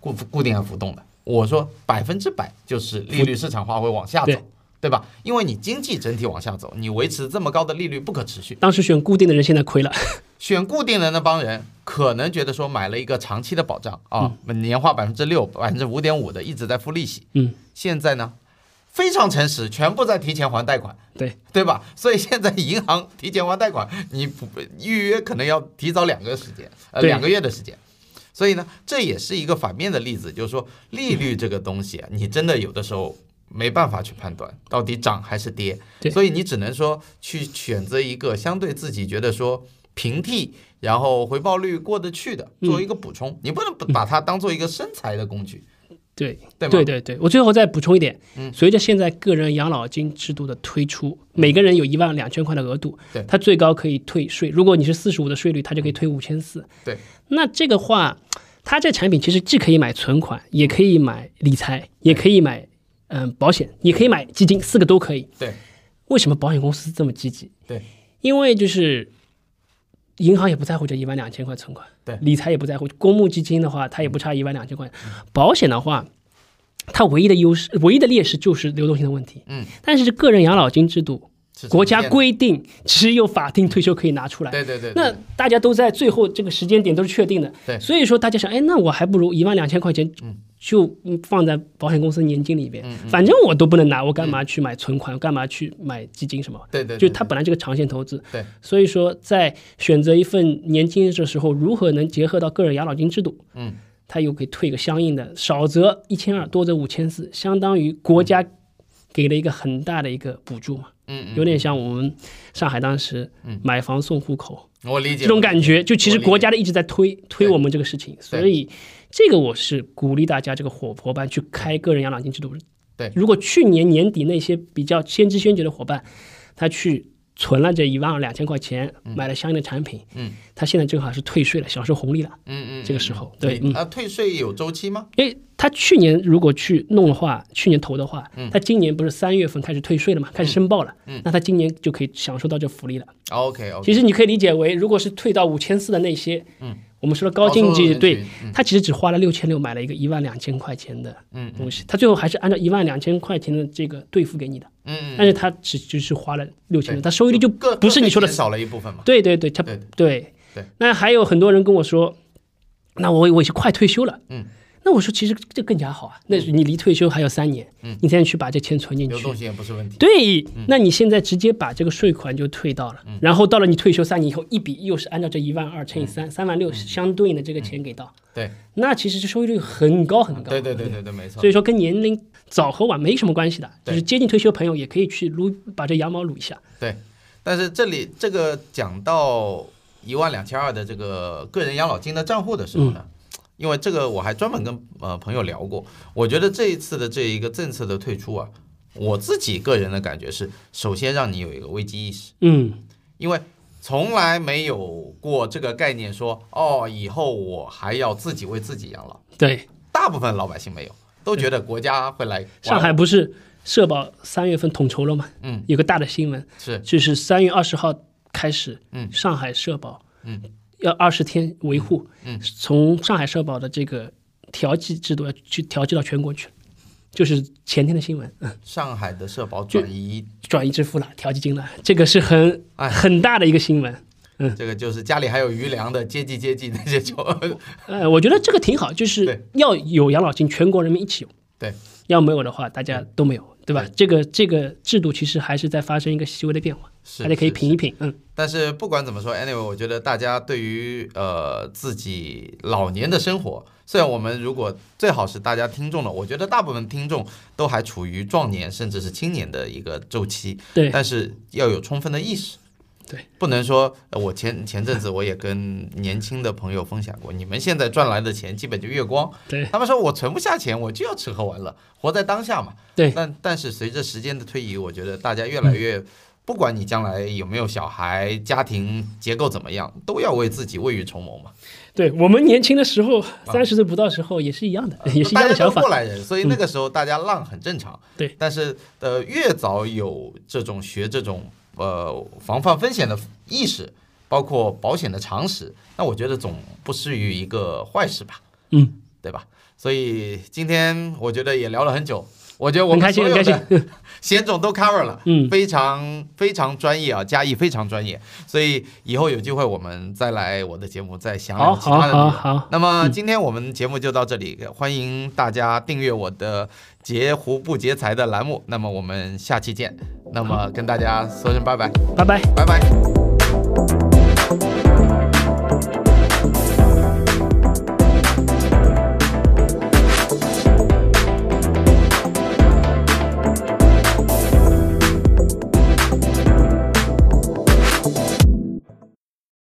固固定还浮动的？我说百分之百就是利率市场化会往下走
对，
对吧？因为你经济整体往下走，你维持这么高的利率不可持续。
当时选固定的人现在亏了，
选固定的那帮人可能觉得说买了一个长期的保障啊，年化百分之六、百分之五点五的一直在付利息。
嗯，
现在呢，非常诚实，全部在提前还贷款。
对
对吧？所以现在银行提前还贷款，你不预约可能要提早两个时间，呃，
对
两个月的时间。所以呢，这也是一个反面的例子，就是说利率这个东西啊，你真的有的时候没办法去判断到底涨还是跌，
对
所以你只能说去选择一个相对自己觉得说平替，然后回报率过得去的，作为
嗯
一个补充，你不能把它当做一个生财的工具，
对。
对吗？
对对对，我最后再补充一点，
嗯
随着现在个人养老金制度的推出，每个人有一万两千块的额度，
对嗯
它最高可以退税，如果你是四十五的税率，它就可以退五千四。
对，
那这个话，它这产品其实既可以买存款，也可以买理财，也可以买嗯、保险，也可以买基金，四个都可以。
对
为什么保险公司这么积极？
对，
因为就是银行也不在乎这一万两千块存款，
对
理财也不在乎，公募基金的话，它也不差一万两千块，
嗯
保险的话。它唯一的优势、唯一的劣势就是流动性的问题。
嗯，
但是个人养老金制度，
是
国
常
家
见的，
规定只有法定退休可以拿出来。
对对对，对
那大家都在最后这个时间点都是确定的，
对
所以说大家想，哎，那我还不如一万两千块钱就嗯放在保险公司年金里边，
嗯
反正我都不能拿，我干嘛去买存款，干嘛去买基金什么？
对对，
就
对
它本来这个长线投资，
对，
所以说在选择一份年金的时候，如何能结合到个人养老金制度？
嗯，
它又可以退个相应的，少则一千二，多则五千四，相当于国家给了一个很大的一个补助嘛，
嗯嗯，
有点像我们上海当时买房送户口，
我理解
这种感觉，就其实
我理解
国家的一直在推推我们这个事情，所以这个我是鼓励大家这个伙伙伴去开个人养老金制度。
对
如果去年年底那些比较先知先觉的伙伴，他去存了这一万两千块钱，买了相应的产品，
嗯，
他现在正好是退税了，享受红利了。
嗯嗯，
这个时候对
啊，退税有周期吗？
因为他去年如果去弄的话，去年投的话，
嗯
他今年不是三月份开始退税了嘛，开始申报了，那他今年就可以享受到这福利了。
OK OK，
其实你可以理解为，如果是退到五千四的那些，嗯，我们说的高净
高收入
值，
人
对
群，
他其实只花了六千六买了一个一万两千块钱的
嗯
东西，他最后还是按照一万两千块钱的这个兑付给你的，
嗯，
但是他只只是花了六千六，他收益率就
个
不是你说的，
少了一部分嘛？
对对对，他
对
对
对。
那还有很多人跟我说，那我我已经快退休了，
嗯，
那我说其实这更加好啊，那你离退休还有三年，嗯，你才能去把这钱存进
流
去，
动性也不是问题。
对，
嗯
那你现在直接把这个税款就退到了，然后到了你退休三年以后，一笔又是按照这一万二乘以
嗯
三，三万六相对应的这个钱给到，
对
那其实这收益率很高很高。
嗯对对对对对，没错
所。以说跟年龄早和晚没什么关系的，就
对
是接近退休朋友也可以去撸把这羊毛撸一下。
对，但是这里这个讲到一万两千二的这个个人养老金的账户的时候呢，
嗯
因为这个我还专门跟呃朋友聊过，我觉得这一次的这一个政策的退出啊，我自己个人的感觉是，首先让你有一个危机意识。
嗯，
因为从来没有过这个概念说，哦，以后我还要自己为自己养老。
对，
大部分老百姓没有，都觉得国家会来管我。
上海不是社保三月份统筹了吗？
哦嗯，
有个大的新闻，
是
就是三月二十号开始，
嗯
上海社保，
嗯，
要二十天维护，
嗯
从上海社保的这个调剂制度要啊去调剂到全国去，就是前天的新闻，嗯
上海的社保转移，
转移支付了，调剂金了，这个是很
哎
很大的一个新闻，嗯
这个就是家里还有余粮的，接济接济那些就
呃，我觉得这个挺好，
对
就是要有养老金，全国人民一起有。
对，
要没有的话，大家都没有，对吧？这个这个制度其实还是在发生一个细微的变化，
是
大家可以
是
品一品。嗯，
但是不管怎么说，anyway，我觉得大家对于呃自己老年的生活，虽然我们如果最好是大家听众的，我觉得大部分听众都还处于壮年甚至是青年的一个周期，
对，
但是要有充分的意识。
对，
不能说呃我前前阵子我也跟年轻的朋友分享过，你们现在赚来的钱基本就月光，
对，
他们说我存不下钱，我就要吃喝玩乐，活在当下嘛。
对嗯
但但是随着时间的推移，我觉得大家越来越，不管你将来有没有小孩，家庭结构怎么样，都要为自己未雨绸缪嘛。
对我们年轻的时候，三十岁不到时候也是一样的，也是一
啊大家
样的
都
想
是过
法。嗯
来人，所以那个时候大家浪很正常。
对，
但是呃，越早有这种学这种呃防范风险的意识，包括保险的常识，那我觉得总不失于一个坏事吧。
嗯，
对吧？所以今天我觉得也聊了很久，我觉得我
很
们
开心
所有
很
的险种都 cover 了，
嗯
非常非常专业啊，嘉义非常专业，所以以后有机会我们再来我的节目再详聊
好
其他的
好
内
好
容。
好，嗯
那么今天我们节目就到这里，欢迎大家订阅我的“截胡不截财”的栏目。那么我们下期见，那么跟大家说声拜拜，
拜拜。
拜拜。